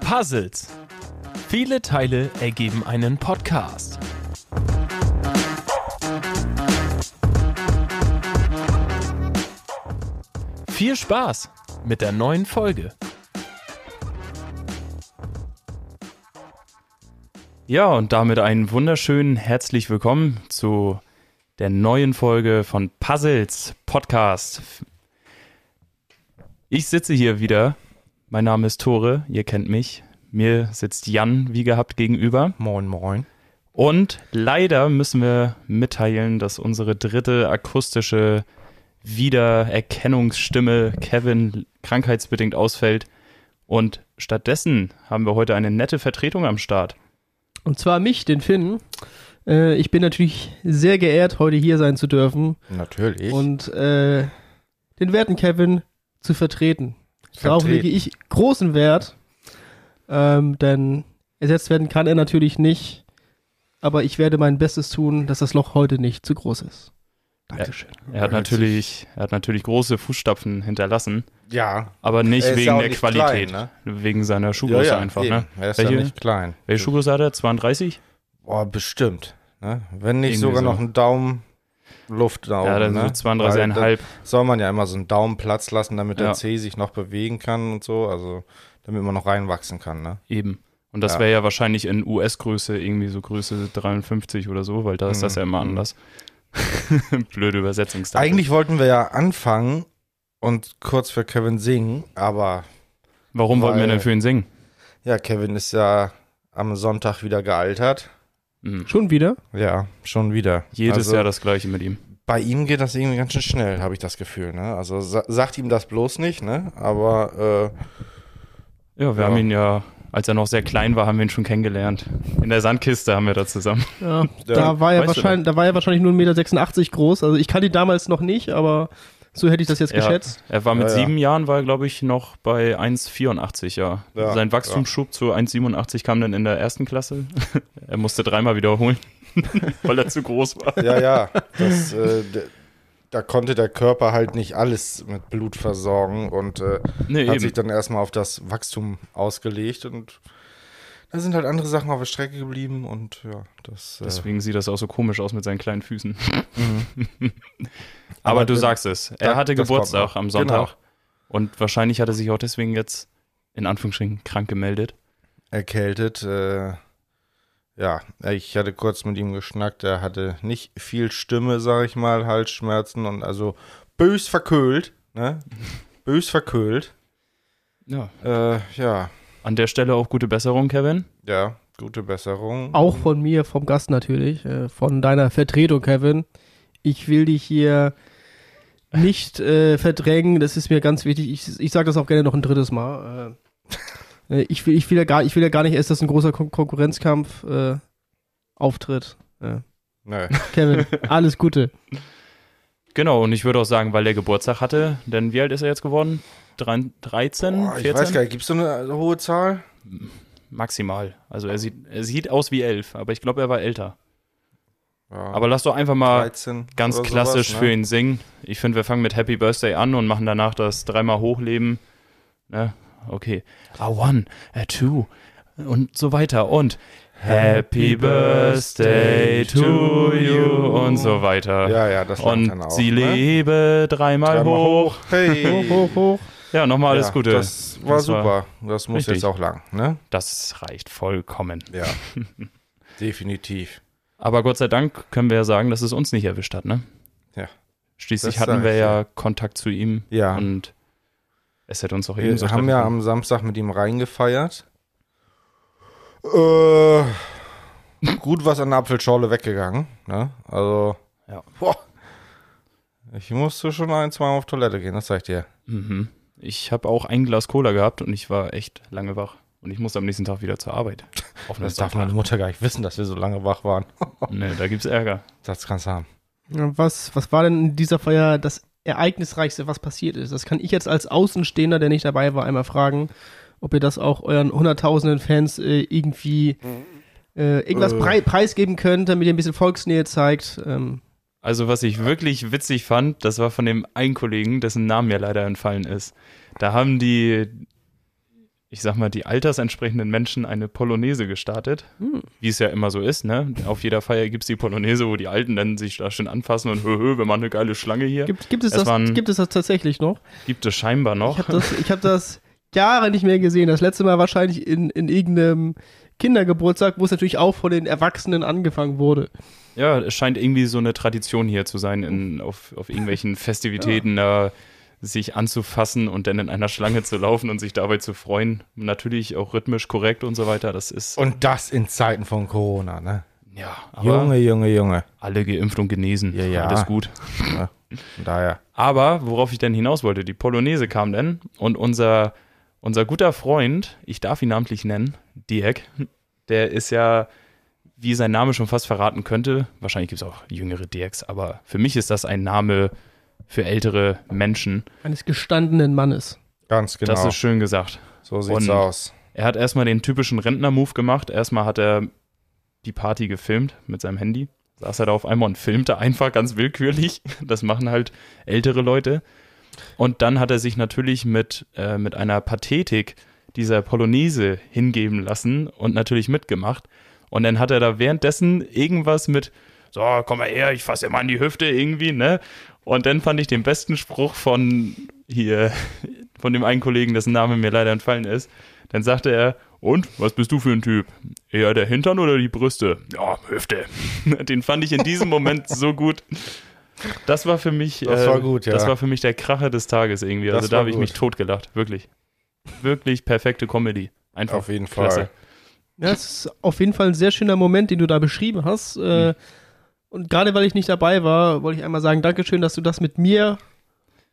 Puzzles. Viele Teile ergeben einen Podcast. Viel Spaß mit der neuen Folge. Ja, und damit einen wunderschönen herzlich willkommen zu der neuen Folge von Puzzles Podcast. Ich sitze hier wieder. Mein Name ist Tore, ihr kennt mich. Mir sitzt Jan, wie gehabt, gegenüber. Moin, moin. Und leider müssen wir mitteilen, dass unsere dritte akustische Wiedererkennungsstimme Kevin krankheitsbedingt ausfällt. Und stattdessen haben wir heute eine nette Vertretung am Start. Und zwar mich, den Finn. Äh, ich bin natürlich sehr geehrt, heute hier sein zu dürfen Natürlich. und äh, den werten Kevin zu vertreten. Darauf lege ich großen Wert, ähm, denn ersetzt werden kann er natürlich nicht. Aber ich werde mein Bestes tun, dass das Loch heute nicht zu groß ist. Dankeschön. Er hat, Hört sich- natürlich, er hat natürlich große Fußstapfen hinterlassen, ja. aber Er nicht ist ja wegen auch der nicht Qualität, klein, ne? wegen seiner Schuhgröße einfach. eben. Ne? Er ist Welche? ja nicht klein. Welche Schuhgröße hat er? 32? Boah, bestimmt. Ne? Wenn nicht Irgendwie sogar so. noch ein Daumen Luft da oben. ja, dann ne? so Weil 32,5. dann Soll man ja immer so einen Daumen Platz lassen, damit Ja. der Zeh sich noch bewegen kann und so. Also, damit man noch reinwachsen kann. Ne? Eben. Und das Ja. wäre ja wahrscheinlich in US-Größe irgendwie so Größe 53 oder so, weil da ist das Mhm. ja immer anders. Blöde Übersetzungssache. Eigentlich wollten wir ja anfangen und kurz für Kevin singen, aber Warum wollten wir weil- denn für ihn singen? ja, Kevin ist ja am Sonntag wieder gealtert. Mhm. Schon wieder? Ja, schon wieder. Jedes also, Jahr das Gleiche mit ihm. bei ihm geht das irgendwie ganz schön schnell, habe ich das Gefühl. Ne? Also sa sagt ihm das bloß nicht, ne? aber äh, Ja, wir Ja. haben ihn ja, als er noch sehr klein war, haben wir ihn schon kennengelernt. In der Sandkiste haben wir da zusammen. Ja, da, war er weißt du wahrscheinlich, da war er wahrscheinlich nur 1,86 Meter groß. Also ich kannte ihn damals noch nicht, aber so hätte ich das jetzt Ja. geschätzt. Er war mit Ja, ja. sieben Jahren, war glaube ich noch bei 1,84, ja. Ja, Sein Wachstumsschub zu 1,87 kam dann in der ersten Klasse. er musste dreimal wiederholen, weil er zu groß war. ja, ja, das, äh, d- da konnte der Körper halt nicht alles mit Blut versorgen und äh, Nee, hat eben. sich dann erstmal auf das Wachstum ausgelegt und da sind halt andere Sachen auf der Strecke geblieben und ja, das. Äh, Deswegen sieht das auch so komisch aus mit seinen kleinen Füßen. Aber, äh, Aber du das- sagst es, er das- hatte das Geburtstag kommt noch. am Sonntag. Genau. Und wahrscheinlich hat er sich auch deswegen jetzt in Anführungsstrichen krank gemeldet. erkältet. Äh, ja, ich hatte kurz mit ihm geschnackt. Er hatte nicht viel Stimme, sag ich mal, Halsschmerzen und also bös verköhlt. Ne? Bös verköhlt. Ja. Äh, ja, An der Stelle auch gute Besserung, Kevin. ja, gute Besserung. Auch von mir, vom Gast natürlich, äh, von deiner Vertretung, Kevin. Ich will dich hier nicht äh, verdrängen, das ist mir ganz wichtig. Ich, ich sage das auch gerne noch ein drittes Mal. Äh, äh, ich, will, ich, will ja gar, ich will ja gar nicht erst, dass ein großer Kon Konkurrenzkampf äh, auftritt. Äh, Nö. Kevin, alles Gute. Genau, und ich würde auch sagen, weil er Geburtstag hatte, denn wie alt ist er jetzt geworden? Drei- 13, Boah, ich 14? weiß gar nicht, gibt es so eine hohe Zahl? Maximal. Also er sieht, er sieht aus wie elf, aber ich glaube, er war älter. Ja, Aber lass doch einfach mal 13. ganz oder klassisch sowas, für ne? ihn singen. Ich finde, wir fangen mit Happy Birthday an und machen danach das dreimal Hochleben. Ne? Okay. A one, a two und so weiter. Und Happy Birthday to you und so weiter. Ja, ja, das lernt und dann auch, sie ne? lebe dreimal, Dreimal hoch. Hey. Hoch, hoch, hoch. Ja, nochmal alles Ja, Gute. Das, Das war Das war super. Das muss richtig. jetzt auch lang, ne? reicht vollkommen. Ja. Definitiv. Aber Gott sei Dank können wir ja sagen, dass es uns nicht erwischt hat, ne? Ja. Schließlich Das hatten sag wir ich, ja, Kontakt zu ihm Ja. und es hätte uns auch Wir ebenso haben ja treffen am Samstag mit ihm reingefeiert. Äh, gut was an der Apfelschorle weggegangen. Ne? Also, Ja. boah, ich musste schon ein, zwei Mal auf Toilette gehen, das sag ich dir. Mhm. Ich habe auch ein Glas Cola gehabt und ich war echt lange wach. Und ich musste am nächsten Tag wieder zur Arbeit. Auf einen Das darf Sonntag. meine Mutter gar nicht wissen, dass wir so lange wach waren. Nee, da gibt's Ärger. Das kannst du haben. Ja, Was, was war denn in dieser Feier das Ereignisreichste, was passiert ist? Das kann ich jetzt als Außenstehender, der nicht dabei war, einmal fragen, ob ihr das auch euren hunderttausenden Fans äh, irgendwie äh, irgendwas Äh. prei preisgeben könnt, damit ihr ein bisschen Volksnähe zeigt. Ähm, Also, was ich wirklich witzig fand, das war von dem einen Kollegen, dessen Namen mir leider entfallen ist. Da haben die, ich sag mal, die altersentsprechenden Menschen eine Polonaise gestartet. Hm. Wie es ja immer so ist, ne? Auf jeder Feier gibt es die Polonaise, wo die Alten dann sich da schön anfassen und höhö, wir machen eine geile Schlange hier. Gibt, Gibt, gibt, es, Es das, waren- gibt es das tatsächlich noch? es scheinbar noch. Ich habe das, ich hab das Jahre nicht mehr gesehen. Das letzte Mal wahrscheinlich in, in irgendeinem Kindergeburtstag, wo es natürlich auch von den Erwachsenen angefangen wurde. Ja, es scheint irgendwie so eine Tradition hier zu sein, in, auf, auf irgendwelchen Festivitäten da sich anzufassen und dann in einer Schlange zu laufen und sich dabei zu freuen. Natürlich auch rhythmisch korrekt und so weiter. Das ist, Und das in Zeiten von Corona, ne? ja, aber Junge, Junge, Junge. alle geimpft und genesen. Ja, ja. Alles gut. Von daher. Aber worauf ich denn hinaus wollte, die Polonaise kam denn und unser, unser guter Freund, ich darf ihn namentlich nennen, Dirk, der ist ja, wie sein Name schon fast verraten könnte, wahrscheinlich gibt es auch jüngere Dirks, aber für mich ist das ein Name für ältere Menschen. Eines gestandenen Mannes. Ganz genau. Das ist schön gesagt. so sieht's und- aus. Er hat erstmal den typischen Rentner-Move gemacht. Erstmal hat er die Party gefilmt mit seinem Handy. Saß er da auf einmal und filmte einfach ganz willkürlich. Das machen halt ältere Leute. Und dann hat er sich natürlich mit, äh, mit einer Pathetik dieser Polonaise hingeben lassen und natürlich mitgemacht. Und dann hat er da währenddessen irgendwas mit, so, komm mal her, ich fasse dir mal an die Hüfte irgendwie, ne? Und dann fand ich den besten Spruch von hier, von dem einen Kollegen, dessen Name mir leider entfallen ist. Dann sagte er, und, was bist du für ein Typ? Eher der Hintern oder die Brüste? Ja, Hüfte. Den fand ich in diesem Moment so gut. Das war für mich, äh, Das war gut, ja. das war für mich der Kracher des Tages irgendwie. Das Also da war habe ich gut. mich totgelacht, wirklich. Wirklich perfekte Comedy. Einfach Auf jeden Fall. klasse. Ja, es ist auf jeden Fall ein sehr schöner Moment, den du da beschrieben hast. Äh, Mhm. Und gerade weil ich nicht dabei war, wollte ich einmal sagen, Dankeschön, dass du das mit mir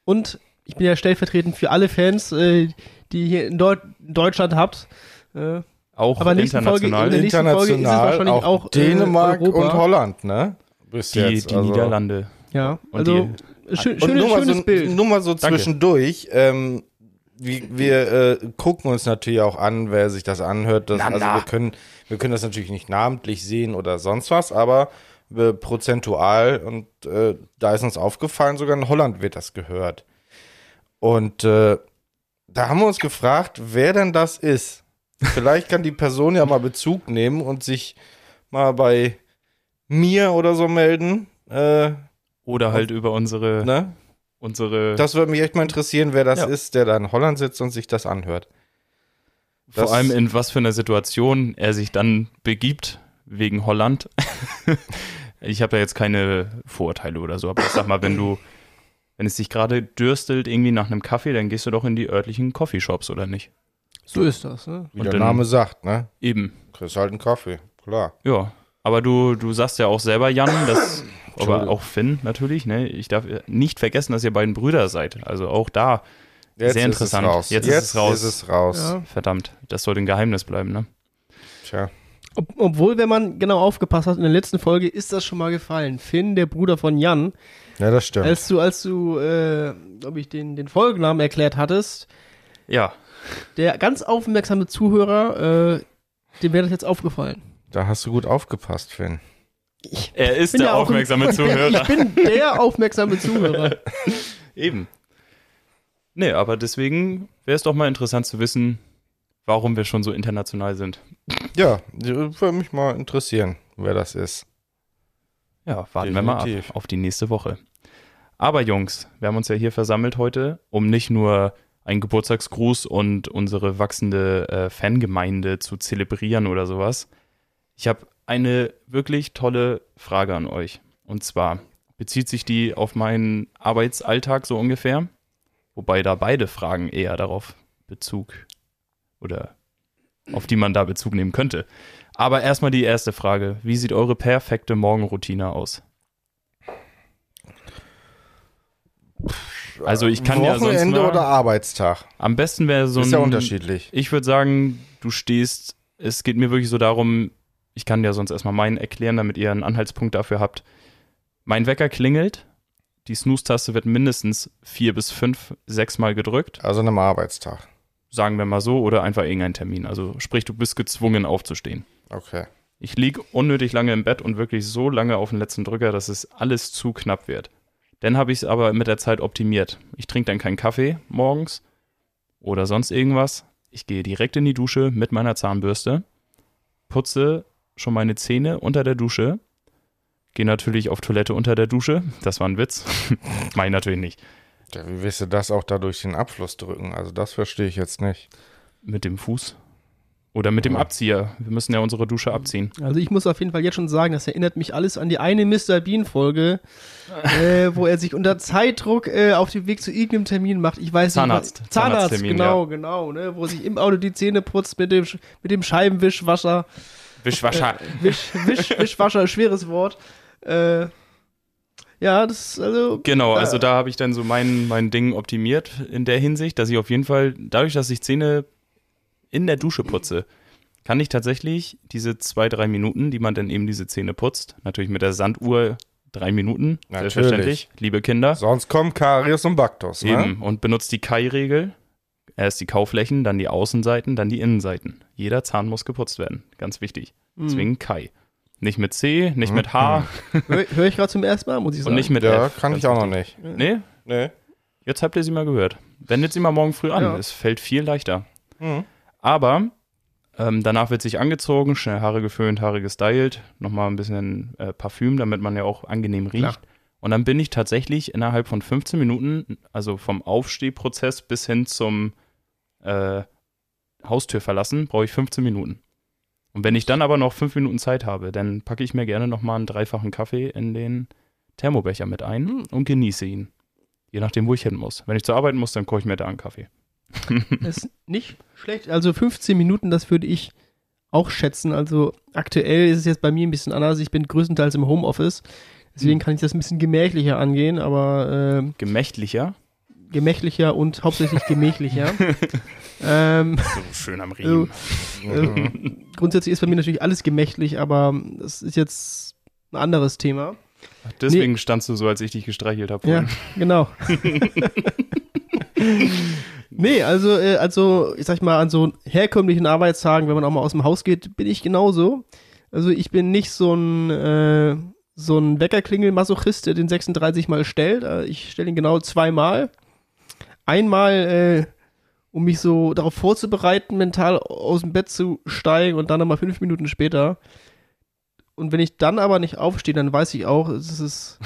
und ich bin ja stellvertretend für alle Fans, äh, die ihr hier in Deut Deutschland habt. Äh, Auch Aber nächste Folge- international. in der nächsten Folge ist es International wahrscheinlich auch, auch, äh, Dänemark Europa. und Holland, ne? Bis die jetzt, die also. Niederlande. ja, Und also schön, Und schönes, nur mal schönes so, Bild. Nur mal so Danke. zwischendurch. Ähm, wir wir äh, gucken uns natürlich auch an, wer sich das anhört. Das, Na, also na. Wir, können, wir können das natürlich nicht namentlich sehen oder sonst was, aber äh, prozentual und äh, da ist uns aufgefallen, sogar in Holland wird das gehört. Und äh, da haben wir uns gefragt, wer denn das ist. Vielleicht kann die Person ja mal Bezug nehmen und sich mal bei mir oder so melden. Äh, Oder halt über unsere, ne? unsere Das würde mich echt mal interessieren, wer das Äh. Ja. ist, der da in Holland sitzt und sich das anhört. das- vor allem in was für einer Situation er sich dann begibt, wegen Holland. ich habe da jetzt keine Vorurteile oder so, aber ich sag mal, wenn du, wenn es dich gerade dürstelt irgendwie nach einem Kaffee, dann gehst du doch in die örtlichen Coffeeshops, oder nicht? So ist das. Ne? Wie Und der dann- Name sagt, ne? Eben, Kriegst halt einen Kaffee, klar. ja. Aber du, du sagst ja auch selber, Jan, dass, aber Entschuldigung. auch Finn natürlich, ne? Ich darf nicht vergessen, dass ihr beiden Brüder seid. Also auch da Jetzt Sehr ist interessant. Es raus. Jetzt ist es raus. Ist es raus. Ja. Verdammt, das soll ein Geheimnis bleiben, ne? Tja. Ob, obwohl, wenn man genau aufgepasst hat, in der letzten Folge ist das schon mal gefallen. Finn, der Bruder von Jan, ja, das stimmt. als du, als du, äh, glaube ich, den, den Folgennamen erklärt hattest, Ja. der ganz aufmerksame Zuhörer, äh, dem wäre das jetzt aufgefallen. da hast du gut aufgepasst, Finn. Ich Er ist der ja auch ein- aufmerksame Zuhörer. Ich bin der aufmerksame Zuhörer. Eben. Nee, aber deswegen wäre es doch mal interessant zu wissen, warum wir schon so international sind. Ja, würde mich mal interessieren, wer das ist. Ja, warten wir mal ab Definitiv. auf die nächste Woche. Aber Jungs, wir haben uns ja hier versammelt heute, um nicht nur einen Geburtstagsgruß und unsere wachsende äh, Fangemeinde zu zelebrieren oder sowas. Ich habe eine wirklich tolle Frage an euch. Und zwar bezieht sich die auf meinen Arbeitsalltag so ungefähr, wobei da beide Fragen eher darauf Bezug oder auf die man da Bezug nehmen könnte. Aber erstmal die erste Frage. Wie sieht eure perfekte Morgenroutine aus? Also ich kann ja sonst Wochenende mal, oder Arbeitstag? am besten wäre so ein ist ja unterschiedlich. ich würde sagen, du stehst, es geht mir wirklich so darum, ich kann ja sonst erstmal meinen erklären, damit ihr einen Anhaltspunkt dafür habt. Mein Wecker klingelt, die Snooze-Taste wird mindestens vier bis fünf, sechs Mal gedrückt, Also an einem Arbeitstag. sagen wir mal so, oder einfach irgendein Termin. Also sprich, du bist gezwungen aufzustehen. Okay. Ich liege unnötig lange im Bett und wirklich so lange auf den letzten Drücker, dass es alles zu knapp wird. Dann habe ich es aber mit der Zeit optimiert. Ich trinke dann keinen Kaffee morgens oder sonst irgendwas. Ich gehe direkt in die Dusche mit meiner Zahnbürste, putze schon meine Zähne unter der Dusche, gehe natürlich auf Toilette unter der Dusche. Das war ein Witz. Mach ich natürlich nicht. Ja, wie willst du das auch da durch den Abfluss drücken? Also das verstehe ich jetzt nicht. Mit dem Fuß. Oder mit dem Ja. Abzieher. Wir müssen ja unsere Dusche abziehen. Also ich muss auf jeden Fall jetzt schon sagen, das erinnert mich alles an die eine Mr. Bean-Folge, äh, wo er sich unter Zeitdruck äh, auf den Weg zu irgendeinem Termin macht. Ich weiß Zahnarzt. nicht. was- Zahnarzt, Zahnarzttermin, genau, genau, ne? Wo er sich im Auto die Zähne putzt mit dem, Sch- mit dem Scheibenwischwasser. Wischwascher. Wisch, Wisch, Wischwascher, schweres Wort. Äh, ja, das ist also. Ah. Genau, also Äh. da habe ich dann so mein, mein Ding optimiert in der Hinsicht, dass ich auf jeden Fall, dadurch, dass ich Zähne in der Dusche putze, kann ich tatsächlich diese zwei, drei Minuten, die man dann eben diese Zähne putzt, natürlich mit der Sanduhr drei Minuten, Natürlich. selbstverständlich, liebe Kinder, Sonst kommen Karies und Baktus, ne? eben, und benutzt die Kai-Regel. Erst die Kauflächen, dann die Außenseiten, dann die Innenseiten. Jeder Zahn muss geputzt werden, ganz wichtig. Hm. Deswegen Kai. Nicht mit C, nicht mit H Höre hör ich gerade zum ersten Mal, muss ich sagen. und nicht mit Ja, F. kann ganz ich auch noch wichtig. nicht. Nee, Nee. Jetzt habt ihr sie mal gehört. Wendet sie mal morgen früh an. Ja. Es fällt viel leichter. Mhm. Aber ähm, danach wird sich angezogen, schnell Haare geföhnt, Haare gestylt, nochmal ein bisschen äh, Parfüm, damit man ja auch angenehm riecht. Klar. Und dann bin ich tatsächlich innerhalb von 15 Minuten, also vom Aufstehprozess bis hin zum äh, Haustür verlassen, brauche ich 15 Minuten. Und wenn ich dann aber noch 5 Minuten Zeit habe, dann packe ich mir gerne nochmal einen dreifachen Kaffee in den Thermobecher mit Mhm. ein und genieße ihn. Je nachdem, wo ich hin muss. Wenn ich zur Arbeit muss, dann koche ich mir da einen Kaffee. ist nicht schlecht. Also 15 Minuten, das würde ich auch schätzen. Also aktuell ist es jetzt bei mir ein bisschen anders. Ich bin größtenteils im Homeoffice. Deswegen kann ich das ein bisschen gemächlicher angehen, aber ähm, Gemächlicher. gemächlicher und hauptsächlich gemächlicher. ähm, So schön am also, Riemen. äh, grundsätzlich ist bei mir natürlich alles gemächlich, aber das ist jetzt ein anderes Thema. Deswegen standst du so, als ich dich gestreichelt habe. Ja, vorhin. genau. nee, also, äh, also, ich sag mal, an so herkömmlichen Arbeitstagen, wenn man auch mal aus dem Haus geht, bin ich genauso. Also ich bin nicht so ein, äh, so ein Weckerklingel-Masochist, der den 36 Mal stellt. Äh, Ich stelle ihn genau zweimal. Einmal, äh, um mich so darauf vorzubereiten, mental aus dem Bett zu steigen und dann nochmal fünf Minuten später. Und wenn ich dann aber nicht aufstehe, dann weiß ich auch, es ist,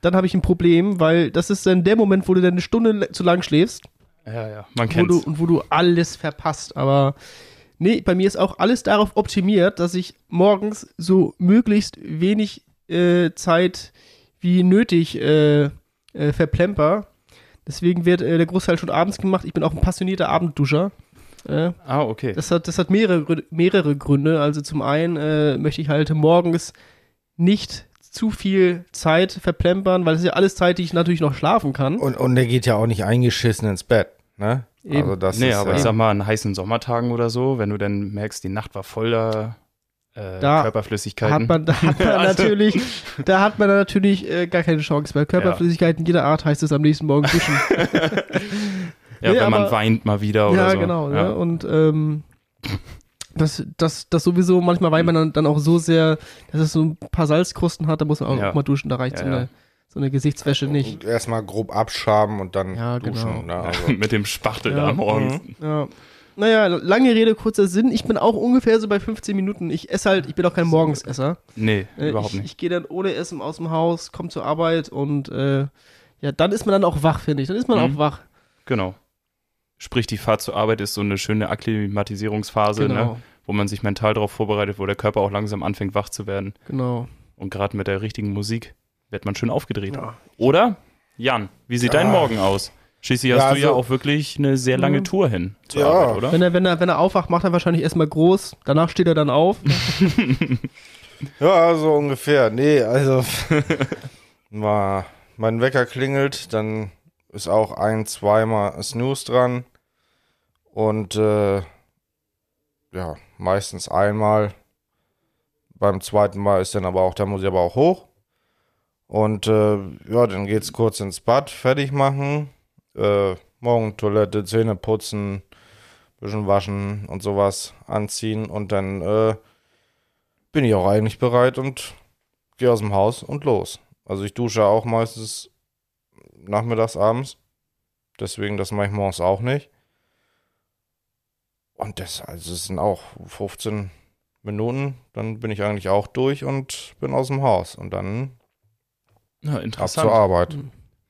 dann habe ich ein Problem, weil das ist dann der Moment, wo du dann eine Stunde le- zu lang schläfst ja, ja. Man wo du, kennt's. und wo du alles verpasst. Aber nee, bei mir ist auch alles darauf optimiert, dass ich morgens so möglichst wenig äh, Zeit wie nötig äh, äh, verplemper. Deswegen wird äh, der Großteil schon abends gemacht. Ich bin auch ein passionierter Abendduscher. Äh, Ah, okay. das hat, das hat mehrere, Grü- mehrere Gründe. Also zum einen äh, möchte ich halt morgens nicht zu viel Zeit verplempern, weil es ist ja alles Zeit, die ich natürlich noch schlafen kann. Und, und der geht ja auch nicht eingeschissen ins Bett, ne? Eben. Also das nee, ist aber ja, ähm, ich sag mal, an heißen Sommertagen oder so, wenn du dann merkst, die Nacht war voller äh, Da Körperflüssigkeiten. hat man, da hat man Also- natürlich, da hat man natürlich äh, gar keine Chance. Bei Körperflüssigkeiten jeder Art heißt es am nächsten Morgen duschen. ja, nee, wenn man aber- weint mal wieder oder ja, so. genau. Ja. Ne? Und ähm, das, das, das sowieso, manchmal weint man dann, dann auch so sehr, dass es so ein paar Salzkrusten hat, da muss man auch, Ja. auch mal duschen, da reicht Ja, so, eine, ja. so eine Gesichtswäsche nicht. Erstmal grob abschaben und dann Ja, genau. duschen. Ne? Also, Mit dem Spachtel Ja. da morgens. Ja. Naja, lange Rede, kurzer Sinn. Ich bin auch ungefähr so bei 15 Minuten. Ich esse halt, ich bin auch kein Morgensesser. Nee, Äh, überhaupt ich, nicht. Ich gehe dann ohne Essen aus dem Haus, komme zur Arbeit und äh, ja, dann ist man dann auch wach, finde ich. Dann ist man Mhm. auch wach. Genau. Sprich, die Fahrt zur Arbeit ist so eine schöne Akklimatisierungsphase, genau, ne? wo man sich mental darauf vorbereitet, wo der Körper auch langsam anfängt, wach zu werden. genau. Und gerade mit der richtigen Musik wird man schön aufgedreht. Ja. Oder? Jan, wie sieht dein Ah. Morgen aus? Schließlich hast Ja, du ja also- auch wirklich eine sehr lange Mhm. Tour hin zur Ja. Arbeit, oder? Wenn er, wenn er, wenn er aufwacht, macht er wahrscheinlich erstmal groß, danach steht er dann auf. ja, so ungefähr. Nee, also war, mein Wecker klingelt, dann ist auch ein, zweimal Snooze dran und äh, ja, meistens einmal. Beim zweiten Mal ist dann aber auch, da muss ich aber auch hoch. Und äh, ja, dann geht's kurz ins Bad, fertig machen. Äh, morgen Toilette, Zähne putzen, bisschen waschen und sowas anziehen. Und dann äh, bin ich auch eigentlich bereit und gehe aus dem Haus und los. Also ich dusche auch meistens nachmittags, abends. Deswegen, das mache ich morgens auch nicht. Und das, also es sind auch 15 Minuten, dann bin ich eigentlich auch durch und bin aus dem Haus. Und dann Ja, ab zur interessant. Arbeit.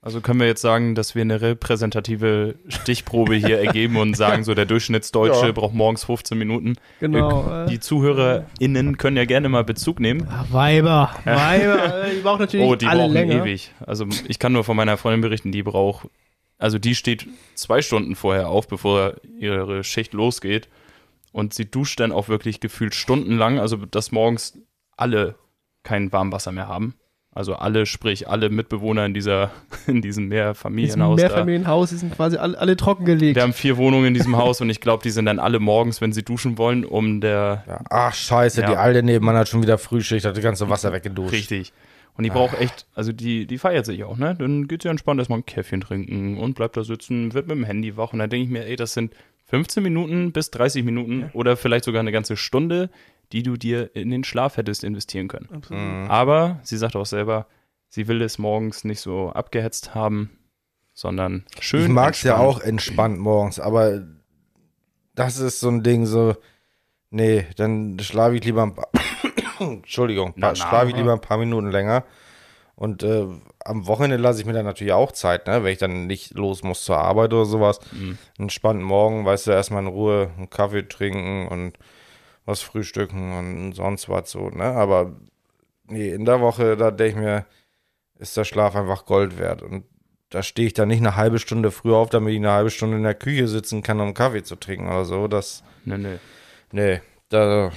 Also können wir jetzt sagen, dass wir eine repräsentative Stichprobe hier ergeben und sagen, so der Durchschnittsdeutsche Ja. braucht morgens 15 Minuten. Genau. Äh, Die ZuhörerInnen können ja gerne mal Bezug nehmen. Ach, Weiber. Weiber. äh, Die brauchen natürlich Oh, die alle brauchen länger. ewig. Also ich kann nur von meiner Freundin berichten, die braucht, also die steht zwei Stunden vorher auf, bevor ihre Schicht losgeht. Und sie duscht dann auch wirklich gefühlt stundenlang, also dass morgens alle kein Warmwasser mehr haben. Also alle, sprich alle Mitbewohner in dieser, in diesem Dieses Mehrfamilienhaus. da. Mehrfamilienhaus die sind quasi alle, alle trockengelegt. Wir haben vier Wohnungen in diesem Haus und ich glaube, die sind dann alle morgens, wenn sie duschen wollen, um der Ja. Ach, scheiße, Ja. die alte Nebenmann hat schon wieder Frühschicht, hat das ganze Wasser weggeduscht. richtig. Und die Ah. braucht echt, also die, die feiert sich auch, ne? Dann geht sie entspannt erstmal ein Käffchen trinken und bleibt da sitzen, wird mit dem Handy wach und dann denke ich mir, ey, das sind 15 Minuten bis 30 Minuten oder vielleicht sogar eine ganze Stunde, die du dir in den Schlaf hättest investieren können. Mhm. Aber sie sagt auch selber, sie will es morgens nicht so abgehetzt haben, sondern schön. Ich mag es ja entspannt. auch entspannt morgens, aber das ist so ein Ding, so, nee, dann schlafe ich lieber ein paar, Entschuldigung, Na, na. schlafe ich lieber ein paar Minuten länger. Und äh, am Wochenende lasse ich mir dann natürlich auch Zeit, ne? wenn ich dann nicht los muss zur Arbeit oder sowas. Mhm. Entspannt morgen, weißt du, erstmal in Ruhe einen Kaffee trinken und was frühstücken und sonst was so, ne? Aber nee, in der Woche, da denke ich mir, ist der Schlaf einfach Gold wert. Und da stehe ich dann nicht eine halbe Stunde früher auf, damit ich eine halbe Stunde in der Küche sitzen kann, um Kaffee zu trinken oder so. Das, Nö, nö. nee, da,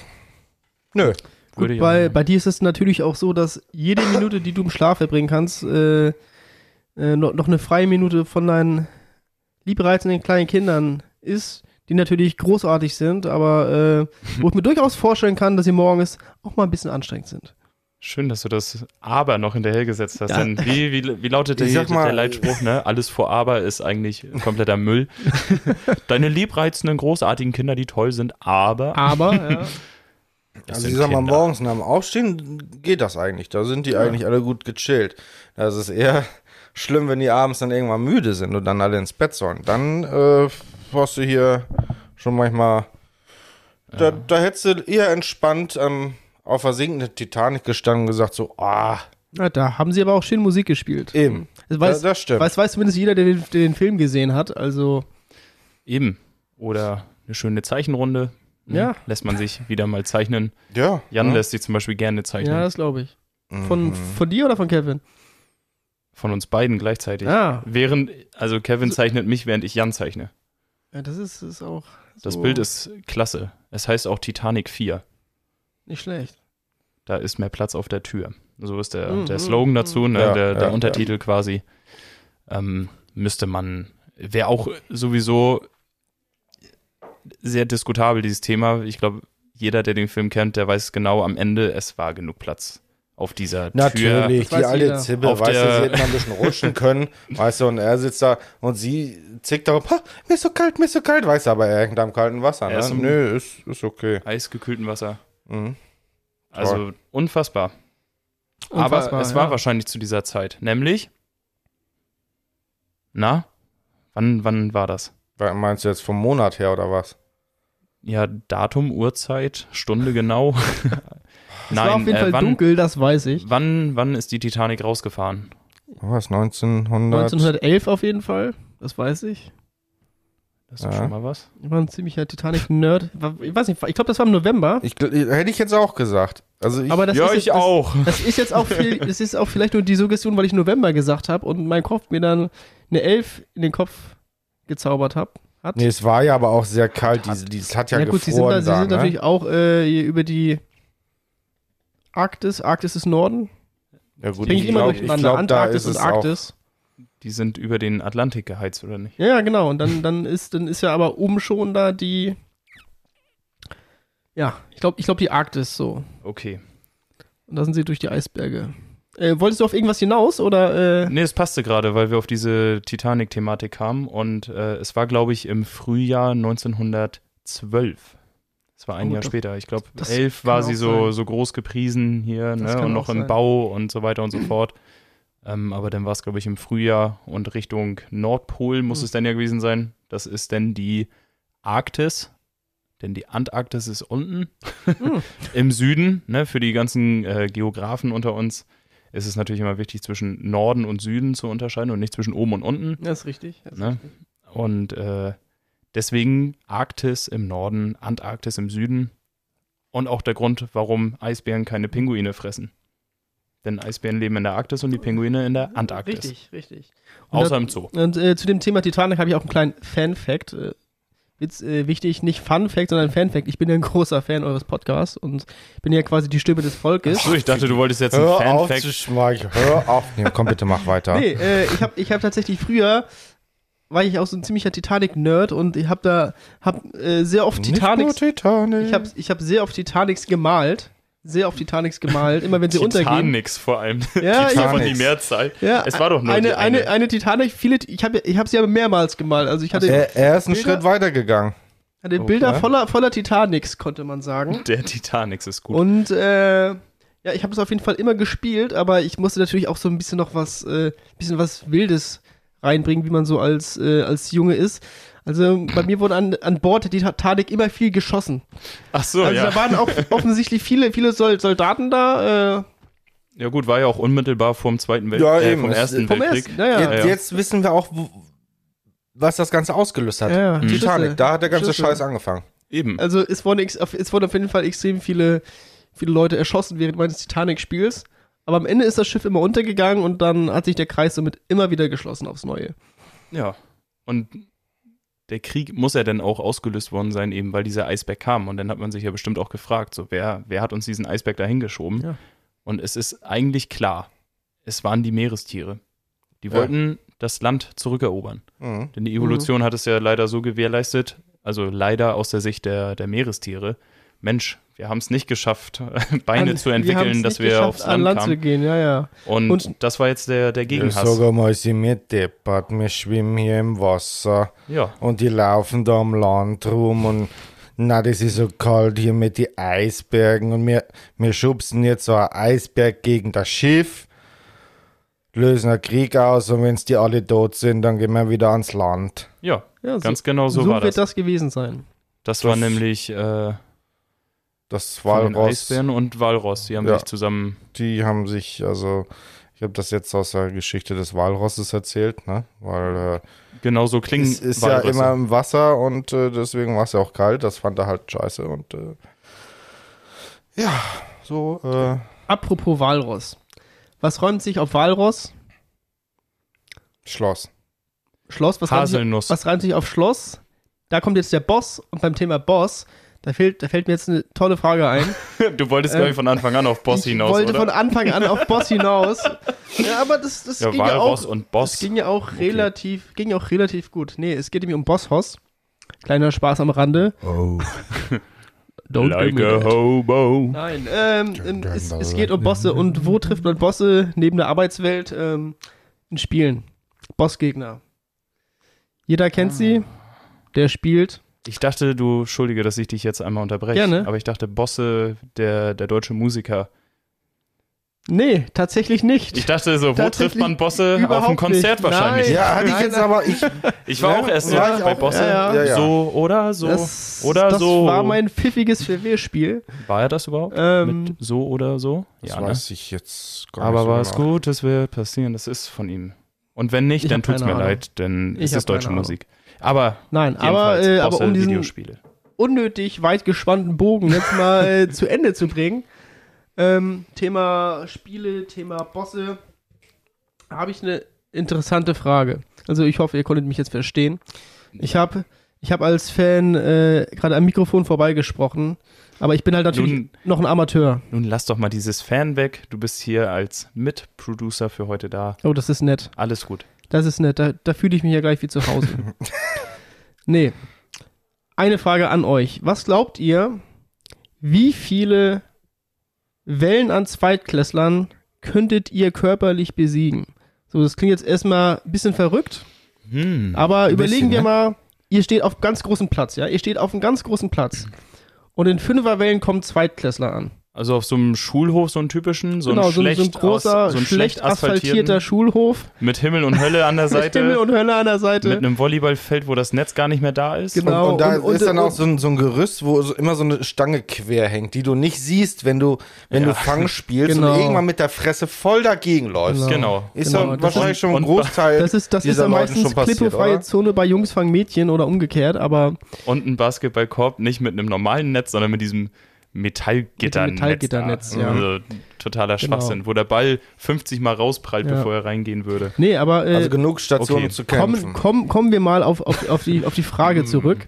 nö. Würde Gut, ich auch weil sagen. bei dir ist es natürlich auch so, dass jede Minute, die du im Schlaf verbringen kannst, äh, äh, noch, noch eine freie Minute von deinen liebreizenden kleinen Kindern ist, die natürlich großartig sind, aber äh, wo ich mir durchaus vorstellen kann, dass sie morgens auch mal ein bisschen anstrengend sind. Schön, dass du das Aber noch hinterhergesetzt hast. Ja. Denn wie, wie, wie lautet der, Ich sag mal- der Leitspruch? Ne? Alles vor Aber ist eigentlich kompletter Müll. Deine liebreizenden, großartigen Kinder, die toll sind, aber. Aber, ja. Das also sind ich sag mal, Kinder. morgens nach dem Aufstehen geht das eigentlich. Da sind die eigentlich alle gut gechillt. Das ist eher schlimm, wenn die abends dann irgendwann müde sind und dann alle ins Bett sollen. Dann äh, hast du hier schon manchmal. Da, da hättest du eher entspannt ähm, auf der sinkenden Titanic gestanden und gesagt, so, ah, Na, da haben sie aber auch schön Musik gespielt. eben. Also Das weiß, das stimmt. weiß, weiß zumindest jeder, der den, der den Film gesehen hat. Also, Eben. Oder eine schöne Zeichenrunde. ne? Ja. Lässt man sich wieder mal zeichnen. Ja. Jan ja. Mhm. lässt sich zum Beispiel gerne zeichnen. ja, das glaube ich. Von, Mhm. von dir oder von Kevin? Ah. Von uns beiden gleichzeitig. Ja, Während, also Kevin zeichnet mich, während ich Jan zeichne. ja das ist, ist auch. Das so Bild ist klasse. Es heißt auch Titanic 4. Nicht schlecht. da ist mehr Platz auf der Tür. So ist der, Mhm. der Slogan dazu, ne? Ja, der, der ja, Untertitel quasi. Ähm, müsste man, wäre auch sowieso sehr diskutabel, dieses Thema. Ich glaube, jeder, der den Film kennt, der weiß genau am Ende, es war genug Platz auf dieser Tür. Natürlich, Das weiß die alte jeder. Zippe, Auf weißt du, sie der- hätte mal ein bisschen rutschen können, weißt du, und er sitzt da und sie zickt darauf, "Ha, mir ist so kalt, mir ist so kalt, weißt du, aber er hängt am kalten Wasser, Er ist ne? im- Nö, ist, ist okay. Eisgekühlten Wasser. Mhm. Also unfassbar. Aber Unfassbar, es war ja. wahrscheinlich zu dieser Zeit. Nämlich, na, wann, wann war das? Weil, Meinst du jetzt vom Monat her oder was? Ja, Datum, Uhrzeit, Stunde genau. äh, Es war auf jeden Fall wann, dunkel, das weiß ich. wann, wann ist die Titanic rausgefahren? Was, 1900? 1911 auf jeden Fall, das weiß ich. Das ist Ja. schon mal was. Ich war ein ziemlicher Titanic-Nerd. War- Ich weiß nicht, ich glaube, das war im November. Ich, gl- hätte ich jetzt auch gesagt. Also ich, Aber das ist, jetzt- auch. Das, das ist jetzt auch viel, das ist auch vielleicht nur die Suggestion, weil ich November gesagt habe und mein Kopf mir dann eine 11 in den Kopf gezaubert hab, hat. nee, es war ja aber auch sehr kalt, die, die, es hat ja, gefroren sie sind, da, sie da, sind ne? natürlich auch äh, hier über die Arktis. Arktis ist Norden. ja, gut, Bring ich immer glaub- durcheinander. glaub, da Antarktis ist und es Arktis. Die sind über den Atlantik geheizt, oder nicht? Ja, ja, genau. Und dann, dann, ist, dann ist ja aber oben schon da die. Ja, ich glaube, ich glaub die Arktis so. Okay. Und da sind sie durch die Eisberge. Äh, wolltest du auf irgendwas hinaus oder? Äh, Nee, es passte gerade, weil wir auf diese Titanic-Thematik kamen. Und äh, es war, glaube ich, im Frühjahr 1912. Es war ein Oh, Jahr das- später. Ich glaube, das elf kann war sie auch so, sein. so groß gepriesen hier Das ne? kann und auch noch im sein. Bau und so weiter und so fort. Ähm, aber dann war es, glaube ich, im Frühjahr und Richtung Nordpol muss Hm. es dann ja gewesen sein. Das ist dann die Arktis. denn die Antarktis ist unten Hm. im Süden. Ne, für die ganzen äh, Geografen unter uns ist es natürlich immer wichtig, zwischen Norden und Süden zu unterscheiden und nicht zwischen oben und unten. Das ist richtig. Das ist Ne? richtig. Und äh, deswegen Arktis im Norden, Antarktis im Süden. Und auch der Grund, warum Eisbären keine Pinguine fressen. Denn Eisbären leben in der Arktis und die Pinguine in der Antarktis. Richtig, richtig. Und Außer das- im Zoo. Und äh, zu dem Thema Titanic habe ich auch einen kleinen Fan-Fact. Äh, Witz, äh, wichtig, nicht Fun-Fact, sondern Fan-Fact. Ich bin ja ein großer Fan eures Podcasts und bin ja quasi die Stimme des Volkes. So, ich dachte, du wolltest jetzt einen Hör auf zu Fan-Fact. schmeigen. Hör auf. Nee, komm bitte, mach weiter. Nee, äh, ich habe ich hab tatsächlich früher, war ich auch so ein ziemlicher Titanic-Nerd und ich habe da hab, äh, sehr oft Nicht nur Titanics. Titanic. Ich habe ich hab sehr oft Titanics gemalt. Sehr oft Titanics gemalt, immer wenn sie untergehen. Titanics vor allem. Ja, die ich Titan hab- die Mehrzahl. Ja, es war doch nur die eine, eine. eine. eine Titanic, viele, ich habe ich hab sie aber mehrmals gemalt. Also ich hatte, er, er ist einen Bilder- Schritt weitergegangen. hatte Bilder Okay. voller, voller Titanics, konnte man sagen. Der Titanics ist gut. Und äh, ja, ich habe es auf jeden Fall immer gespielt, aber ich musste natürlich auch so ein bisschen noch was, äh, bisschen was Wildes reinbringen, wie man so als, äh, als Junge ist. Also bei mir wurde an, an Bord der Titanic immer viel geschossen. Ach so, Also Oh, ja. da waren auch offensichtlich viele, viele Sol Soldaten da. Äh, Ja gut, war ja auch unmittelbar vor dem Zweiten Weltkrieg. Ja, äh, eben. Vom Es- Ersten vom Weltkrieg. Ersten, ja, ja. ja. Jetzt, jetzt wissen wir auch, wo, was das Ganze ausgelöst hat. Mhm. Ja, ja. Schüsse. Titanic, da hat der ganze Schüsse. Scheiß angefangen. Eben. Also es wurden, ex auf- es wurden auf jeden Fall extrem viele, viele Leute erschossen während meines Titanic-Spiels. Aber am Ende ist das Schiff immer untergegangen und dann hat sich der Kreis somit immer wieder geschlossen aufs Neue. Ja. Und der Krieg muss ja dann auch ausgelöst worden sein, eben weil dieser Eisberg kam. Und dann hat man sich ja bestimmt auch gefragt, so wer, wer hat uns diesen Eisberg da hingeschoben? Ja. Und es ist eigentlich klar, es waren die Meerestiere. Die Ja. wollten das Land zurückerobern. Mhm. Denn die Evolution hat es ja leider so gewährleistet, also leider aus der Sicht der, der Meerestiere. Mensch, wir haben es nicht geschafft, Beine An- zu haben's entwickeln, nicht dass wir geschafft, aufs an Land, Land zu kamen. gehen, ja, ja. Und, Und- das war jetzt der, der Ich Gegenhass. sage mal, sie mit deppert, wir schwimmen hier im Wasser Ja, und die laufen da am Land rum und na, das ist so kalt hier mit den Eisbergen und wir, wir schubsen jetzt so ein Eisberg gegen das Schiff, lösen einen Krieg aus und wenn die alle tot sind, dann gehen wir wieder ans Land. ja, ja so, ganz genau so, so war wird das. das. gewesen sein. Das war Das- nämlich äh, Das von den Walross, Eisbären und Walross. Die haben Ja. sich zusammen. die haben sich, also ich habe das jetzt aus der Geschichte des Walrosses erzählt, ne? Weil äh, Genauso genau klingen. Es ist ja Walrosse. immer im Wasser und äh, deswegen war es ja auch kalt. Das fand er halt scheiße und äh, ja, so. Äh, Apropos Walross. Was räumt sich auf Walross? Schloss. Schloss? Was räumt sich, Haselnuss. was reimt sich auf Schloss? Da kommt jetzt der Boss und beim Thema Boss, da, fehlt, da fällt mir jetzt eine tolle Frage ein. Du wolltest, glaube ich, von Anfang an auf Boss äh, ich hinaus. wollte oder? von Anfang an auf Boss hinaus. Ja, aber das, das ja, ging ja Walross auch. und Es Boss. ging ja auch relativ, ging ja auch relativ gut. Nee, es geht nämlich um Bosshaus. Kleiner Spaß am Rande. Oh. Like a Hobo. Nein, ähm, ähm, es, es geht um Bosse. Und wo trifft man Bosse neben der Arbeitswelt? Ähm, in Spielen. Bossgegner. Jeder Ah. kennt sie. Der spielt. Ich dachte, du, Entschuldige, dass ich dich jetzt einmal unterbreche. Gerne. Aber ich dachte, Bosse, der, der deutsche Musiker. Nee, tatsächlich Ich nicht. dachte so, wo Tatsächlich trifft man Bosse? Auf überhaupt dem Konzert nicht. wahrscheinlich. Nein. Ja, hatte ich Nein, jetzt aber. Ich, ne? Ich war Ja, auch erst war so ich bei auch. Bosse. Ja, ja. So oder so. Das, oder das so. war mein pfiffiges Verwehrspiel. war er das überhaupt? Ähm, Mit so oder so? das ja, ne? weiß ich jetzt gar Aber nicht. so was genau. Gutes wird passieren, das ist von ihm. Und wenn nicht, Ich dann hab tut's mir keine Ahnung. leid, denn Ich es hab ist deutsche keine Ahnung. Musik. Aber Nein, aber, jedenfalls, äh, aber Bosse, um diesen, Videospiele. unnötig weit gespannten Bogen jetzt mal äh, zu Ende zu bringen. Ähm, Thema Spiele, Thema Bosse. Da Habe ich eine interessante Frage. Also ich hoffe, ihr konntet mich jetzt verstehen. Ich habe ich hab als Fan äh, gerade am Mikrofon vorbeigesprochen, aber ich bin halt natürlich Nun- noch ein Amateur. Nun lass doch mal dieses Fan weg. Du bist hier als Mitproducer für heute da. Oh, das ist nett. Alles gut. Das ist nett. Da, da fühle ich mich ja gleich wie zu Hause. nee. Eine Frage an euch. Was glaubt ihr, wie viele Wellen an Zweitklässlern könntet ihr körperlich besiegen? So, das klingt jetzt erstmal ein bisschen verrückt, Hm. aber überlegen bisschen, wir ne? mal, ihr steht auf ganz großen Platz, ja? Ihr steht auf einem ganz großen Platz. Und in Fünferwellen kommen Zweitklässler an. Also auf so einem Schulhof, so einen typischen, so genau, ein so, ein- schlecht, so ein großer, aus, so ein schlecht asphaltierten, asphaltierter Schulhof mit Himmel und Hölle an der mit Seite, Himmel und Hölle an der Seite. mit einem Volleyballfeld, wo das Netz gar nicht mehr da ist. Genau. und, und da und- und- ist dann auch und- so ein, so ein Gerüst, wo so immer so eine Stange quer hängt, die du nicht siehst, wenn du, wenn Ja. du Fang spielst Genau. und irgendwann mit der Fresse voll dagegen läufst. Genau. Ist Genau, ja das- wahrscheinlich schon ein und- Großteil. Das ist, das ist dieser dann Leuten meistens schon passiert, klippefreie oder? Zone bei Jungs fangen Mädchen oder umgekehrt, aber Und ein Basketballkorb nicht mit einem normalen Netz, sondern mit diesem Metallgitternetz. Mit dem Metallgitternetz, da. ja. Also totaler Genau. Schwachsinn, wo der Ball 50 Mal rausprallt, Ja. bevor er reingehen würde. nee, aber äh, also genug Stationen okay. zu kämpfen. kommen, kommen, kommen wir mal auf, auf, auf, die, auf die Frage zurück.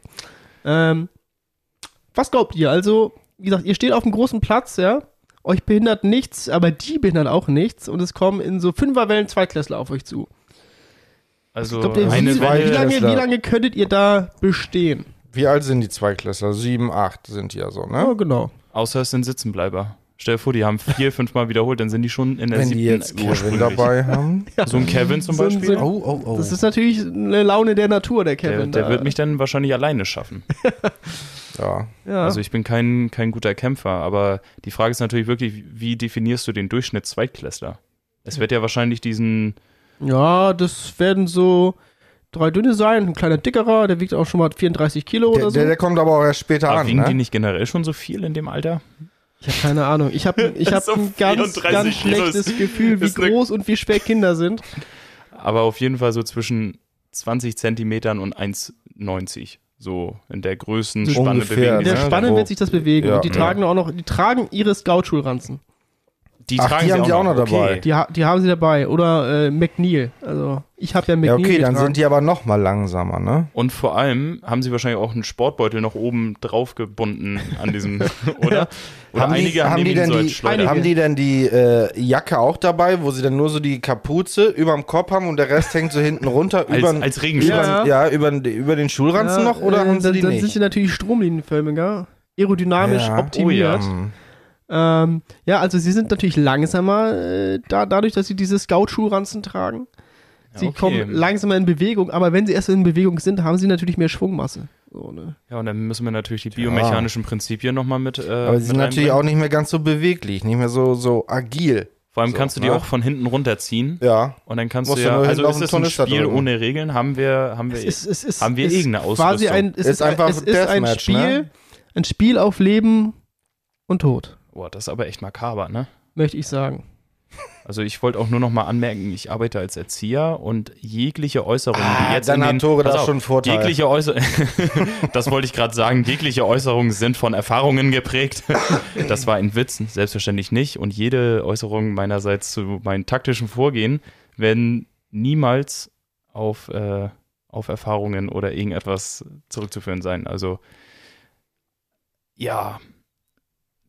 Ähm, was glaubt ihr? Also, wie gesagt, ihr steht auf einem großen Platz, ja? Euch behindert nichts, aber die behindert auch nichts und es kommen in so Fünferwellen Zweitklässler auf euch zu. Also Glaubt ihr, eine wie, wie, Welle, lange, wie lange könntet ihr da bestehen? Wie alt sind die Zweiklässler? Sieben, acht sind die ja so, Ja, ne? genau. außer es sind Sitzenbleiber. Stell dir vor, die haben vier, fünf Mal wiederholt, dann sind die schon in der Wenn siebten die jetzt Kevin ursprünglich. dabei haben. So ein Kevin zum So ein- Beispiel. so ein- Oh, oh, oh. Das ist natürlich eine Laune der Natur, der der, Kevin. der da. wird mich dann wahrscheinlich alleine schaffen. ja. Ja. Also ich bin kein, kein guter Kämpfer, aber die Frage ist natürlich wirklich, wie definierst du den Durchschnitt Zweitklässler? Es wird ja wahrscheinlich diesen, Ja, das werden so drei dünne sein, ein kleiner dickerer, der wiegt auch schon mal 34 Kilo Der, oder so. der, der kommt aber auch erst später ah, an, wiegen die ne? nicht generell schon so viel in dem Alter? ich habe keine Ahnung. Ich habe ich hab So ein ganz, 34 ganz Kilo schlechtes ist- Gefühl, wie ist ne- groß und wie schwer Kinder sind. Aber auf jeden Fall so zwischen 20 Zentimetern und 1,90. So in der Größenspanne Ungefähr, bewegen ne? die In der Ja, sich. Spanne grob. wird sich das bewegen. Ja, und die ja. tragen auch noch, die tragen ihre Scout-Schulranzen. Die Ach, tragen die sie haben die auch noch dabei. Okay. Die, ha die haben sie dabei. Oder äh, McNeil. Also ich habe ja Ja, McNeil. okay, dann getragen. sind die aber noch mal langsamer, ne? Und vor allem haben sie wahrscheinlich auch einen Sportbeutel noch oben drauf gebunden an diesem, oder? Oder Haben die- einige haben, haben die den denn so die- als Schleuder. Einige. Haben die denn die äh, Jacke auch dabei, wo sie dann nur so die Kapuze überm Kopf haben und der Rest hängt so hinten runter Als, übern- als Regenschirm. übern- ja, über, über den Schulranzen noch oder äh, haben sie dann, die dann sind nicht? sie natürlich stromlinienförmiger, aerodynamisch Ja. optimiert. Hm. Ähm, ja, also sie sind natürlich langsamer, äh, da, dadurch, dass sie diese Scout-Schulranzen tragen. Sie okay. kommen langsamer in Bewegung, aber wenn sie erst in Bewegung sind, haben sie natürlich mehr Schwungmasse. So, ne? Ja, und dann müssen wir natürlich die biomechanischen Prinzipien nochmal mit. Äh, Aber sie sind mit natürlich reinbringen. auch nicht mehr ganz so beweglich, nicht mehr so, so agil. Vor allem so, kannst du die ne? auch von hinten runterziehen. Ja. Und dann kannst Musst du du ja. nur Also hinten auf ist den es ein Tornister Spiel drücken. ohne Regeln? Haben wir. Haben wir eh Es ist, es ist, Haben wir es irgendeine Quasi Ausrüstung? ein, es Ist einfach es ist ein Deathmatch, Spiel, ne? ein Spiel auf Leben und Tod, boah, das ist aber echt makaber, ne? möchte ich sagen. Also ich wollte auch nur noch mal anmerken, ich arbeite als Erzieher und jegliche Äußerungen, Ah, die jetzt dann in hat den, Tore Pass da auf, schon einen Vorteil. Jegliche Äußer das wollte ich gerade sagen, jegliche Äußerungen sind von Erfahrungen geprägt. Das war ein Witz, selbstverständlich nicht. Und jede Äußerung meinerseits zu meinem taktischen Vorgehen werden niemals auf, äh, auf Erfahrungen oder irgendetwas zurückzuführen sein. Also ja,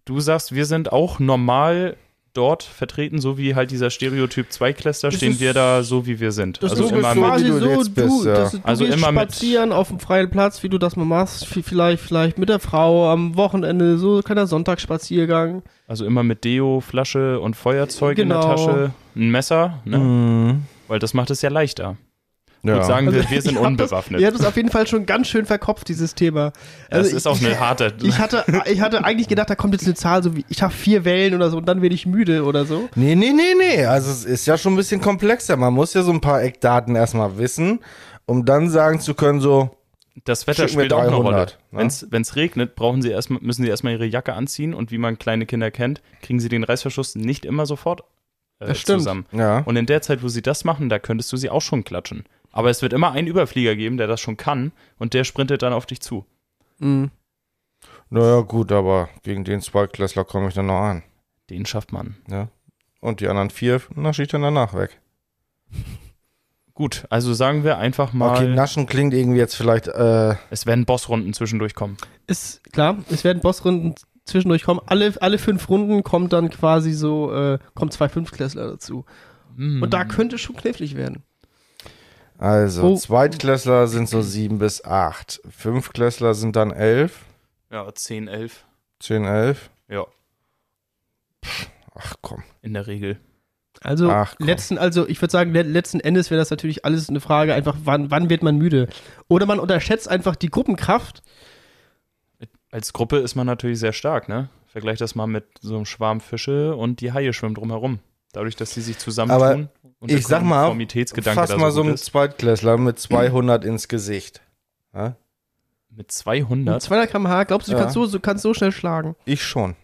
du sagst, wir sind auch normal dort vertreten, so wie halt dieser Stereotyp Zweikläster, Das stehen ist- wir da so, wie wir sind. Das Also ist immer mit quasi Wie du so, jetzt bist, du, ja. dass du Also gehst immer mit- spazieren auf dem freien Platz, wie du das mal machst, v- vielleicht, vielleicht mit der Frau am Wochenende, so kleiner Sonntagsspaziergang. Also immer mit Deo, Flasche und Feuerzeug in Genau. der Tasche, ein Messer, ne? Mhm. weil das macht es ja leichter. Ich Ja. würde sagen, wir, Also, wir sind ihr habt das- unbewaffnet. Ihr habt es auf jeden Fall schon ganz schön verkopft, dieses Thema. das Also ist ich- auch eine harte. Ich hatte, ich hatte eigentlich gedacht, da kommt jetzt eine Zahl, so wie ich habe vier Wellen oder so und dann werde ich müde oder so. Nee, nee, nee, nee. Also es ist ja schon ein bisschen komplexer. Man muss ja so ein paar Eckdaten erstmal wissen, um dann sagen zu können, so, das Wetter schicken wir spielt auch eine Rolle. 300, ne? Wenn es regnet, brauchen sie erstmal, müssen sie erstmal ihre Jacke anziehen und wie man kleine Kinder kennt, kriegen sie den Reißverschluss nicht immer sofort äh, Das stimmt. zusammen. ja. Und in der Zeit, wo sie das machen, da könntest du sie auch schon klatschen. Aber es wird immer einen Überflieger geben, der das schon kann und der sprintet dann auf dich zu. Naja, gut, aber gegen den Zweiklässler komme ich dann noch an. Den schafft man. Ja. Und die anderen vier nasche ich dann danach weg. Gut, also sagen wir einfach mal, Okay, naschen klingt irgendwie jetzt vielleicht, äh, es werden Bossrunden zwischendurch kommen. Ist klar, es werden Bossrunden zwischendurch kommen. Alle, alle fünf Runden kommt dann quasi so, äh, kommt zwei Fünftklässler dazu. Mhm. Mhm. Und da könnte es schon knifflig werden. also, Oh. Zweitklässler sind so sieben bis acht. Fünftklässler sind dann elf, Ja, 10, 11. zehn, elf. Ja, Ach komm. in der Regel. Also Ach, komm. letzten, also ich würde sagen, le letzten Endes wäre das natürlich alles eine Frage, einfach wann, wann wird man müde? Oder man unterschätzt einfach die Gruppenkraft. Als Gruppe ist man natürlich sehr stark, ne? Vergleich das mal mit so einem Schwarm Fische und die Haie schwimmen drumherum. Dadurch, dass die sich zusammentun Aber und ich sag mal, Konformitätsgedanke Fass da mal so gut einen ist. Zweitklässler mit 200 ins Gesicht. Ja? mit Mit 200. 200 km/h, glaubst du, du Ja. kannst, so, so- kannst so schnell schlagen? Ich schon.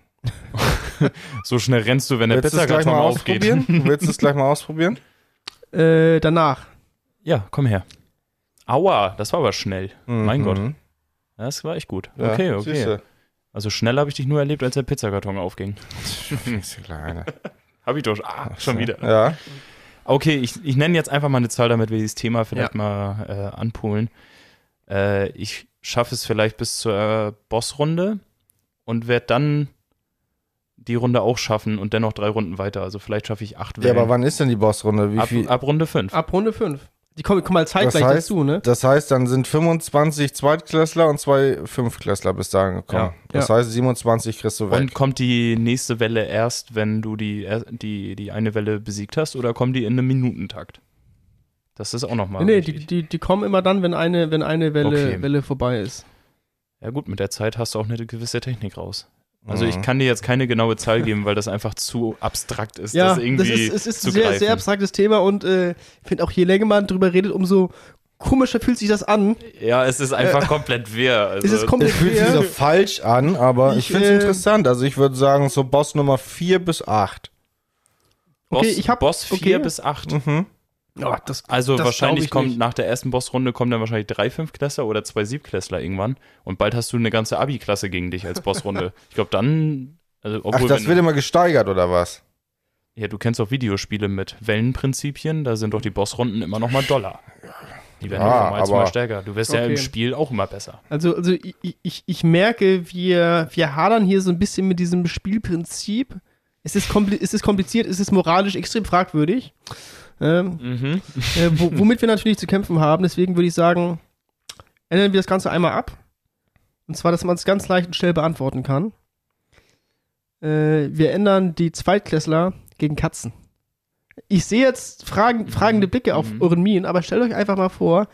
So schnell rennst du, wenn der Willst du es gleich Pizzakarton mal aufgeht. ausprobieren? Willst du es gleich mal ausprobieren? Äh, danach. Ja, komm her. Aua, das war aber schnell. Mein Mhm. Gott. Das war echt gut. Ja, okay, okay. siehste. Also schnell habe ich dich nur erlebt, als der Pizzakarton aufging. Diese Kleine. Hab ich doch. Ah, schon wieder. Ja. Okay, ich, ich nenne jetzt einfach mal eine Zahl, damit wir dieses Thema vielleicht mal äh, anpolen. Äh, ich schaffe es vielleicht bis zur äh, Bossrunde und werde dann die Runde auch schaffen und dennoch drei Runden weiter. Also vielleicht schaffe ich acht ja, Wellen. aber wann ist denn die Bossrunde? Wie ab, viel? Ah, ab Runde fünf. Ab Runde 5. Die kommen, kommen halt zeitgleich Das heißt- dazu, ne? Das heißt, dann sind 25 Zweitklässler und zwei Fünftklässler bis dahin gekommen. Ja. das Ja. heißt, 27 kriegst du Und weg. kommt die nächste Welle erst, wenn du die, er- die, die eine Welle besiegt hast, oder kommen die in einem Minutentakt? Das ist auch nochmal. nee, die, wichtig. die, die kommen immer dann, wenn eine, wenn eine Welle, Okay. Welle vorbei ist. Ja, gut, mit der Zeit hast du auch eine gewisse Technik raus. Also, Mhm. ich kann dir jetzt keine genaue Zahl geben, weil das einfach zu abstrakt ist, ja, das irgendwie das ist, es ist zu ein sehr, greifen. sehr abstraktes Thema und äh, ich finde auch, je länger man drüber redet, umso komischer fühlt sich das an. Ja, es ist einfach komplett wirr. Also, Äh, es ist komplett Es fühlt sich quer. so falsch an, aber ich, Ich, finde es äh, interessant. Also ich würde sagen, so Boss Nummer 4 bis 8. Boss, okay, ich hab- Boss 4 okay. bis 8. Mhm. Oh, das, Also das glaub wahrscheinlich ich kommt nicht. nach der ersten Bossrunde kommen dann wahrscheinlich drei Fünftklässler oder zwei Siebtklässler irgendwann und bald hast du eine ganze Abi-Klasse gegen dich als Bossrunde. ich glaube dann, also Ach, obwohl das wenn, wird immer gesteigert, oder was? ja du kennst auch Videospiele mit Wellenprinzipien, da sind doch die Bossrunden immer noch mal Dollar. Die werden Ja, ja, auch mal aber- stärker. Du wirst ja im Okay. Spiel auch immer besser. Also, also ich, ich, ich merke, wir, wir hadern hier so ein bisschen mit diesem Spielprinzip. Es ist, kompli es ist kompliziert, es ist moralisch extrem fragwürdig. Ähm, Mhm. äh, wo, womit wir natürlich zu kämpfen haben. Deswegen würde ich sagen, ändern wir das Ganze einmal ab. Und zwar, dass man es ganz leicht und schnell beantworten kann. Äh, wir ändern die Zweitklässler gegen Katzen. Ich sehe jetzt fragen, fragende Blicke auf Mhm. euren Minen, aber stellt euch einfach mal vor,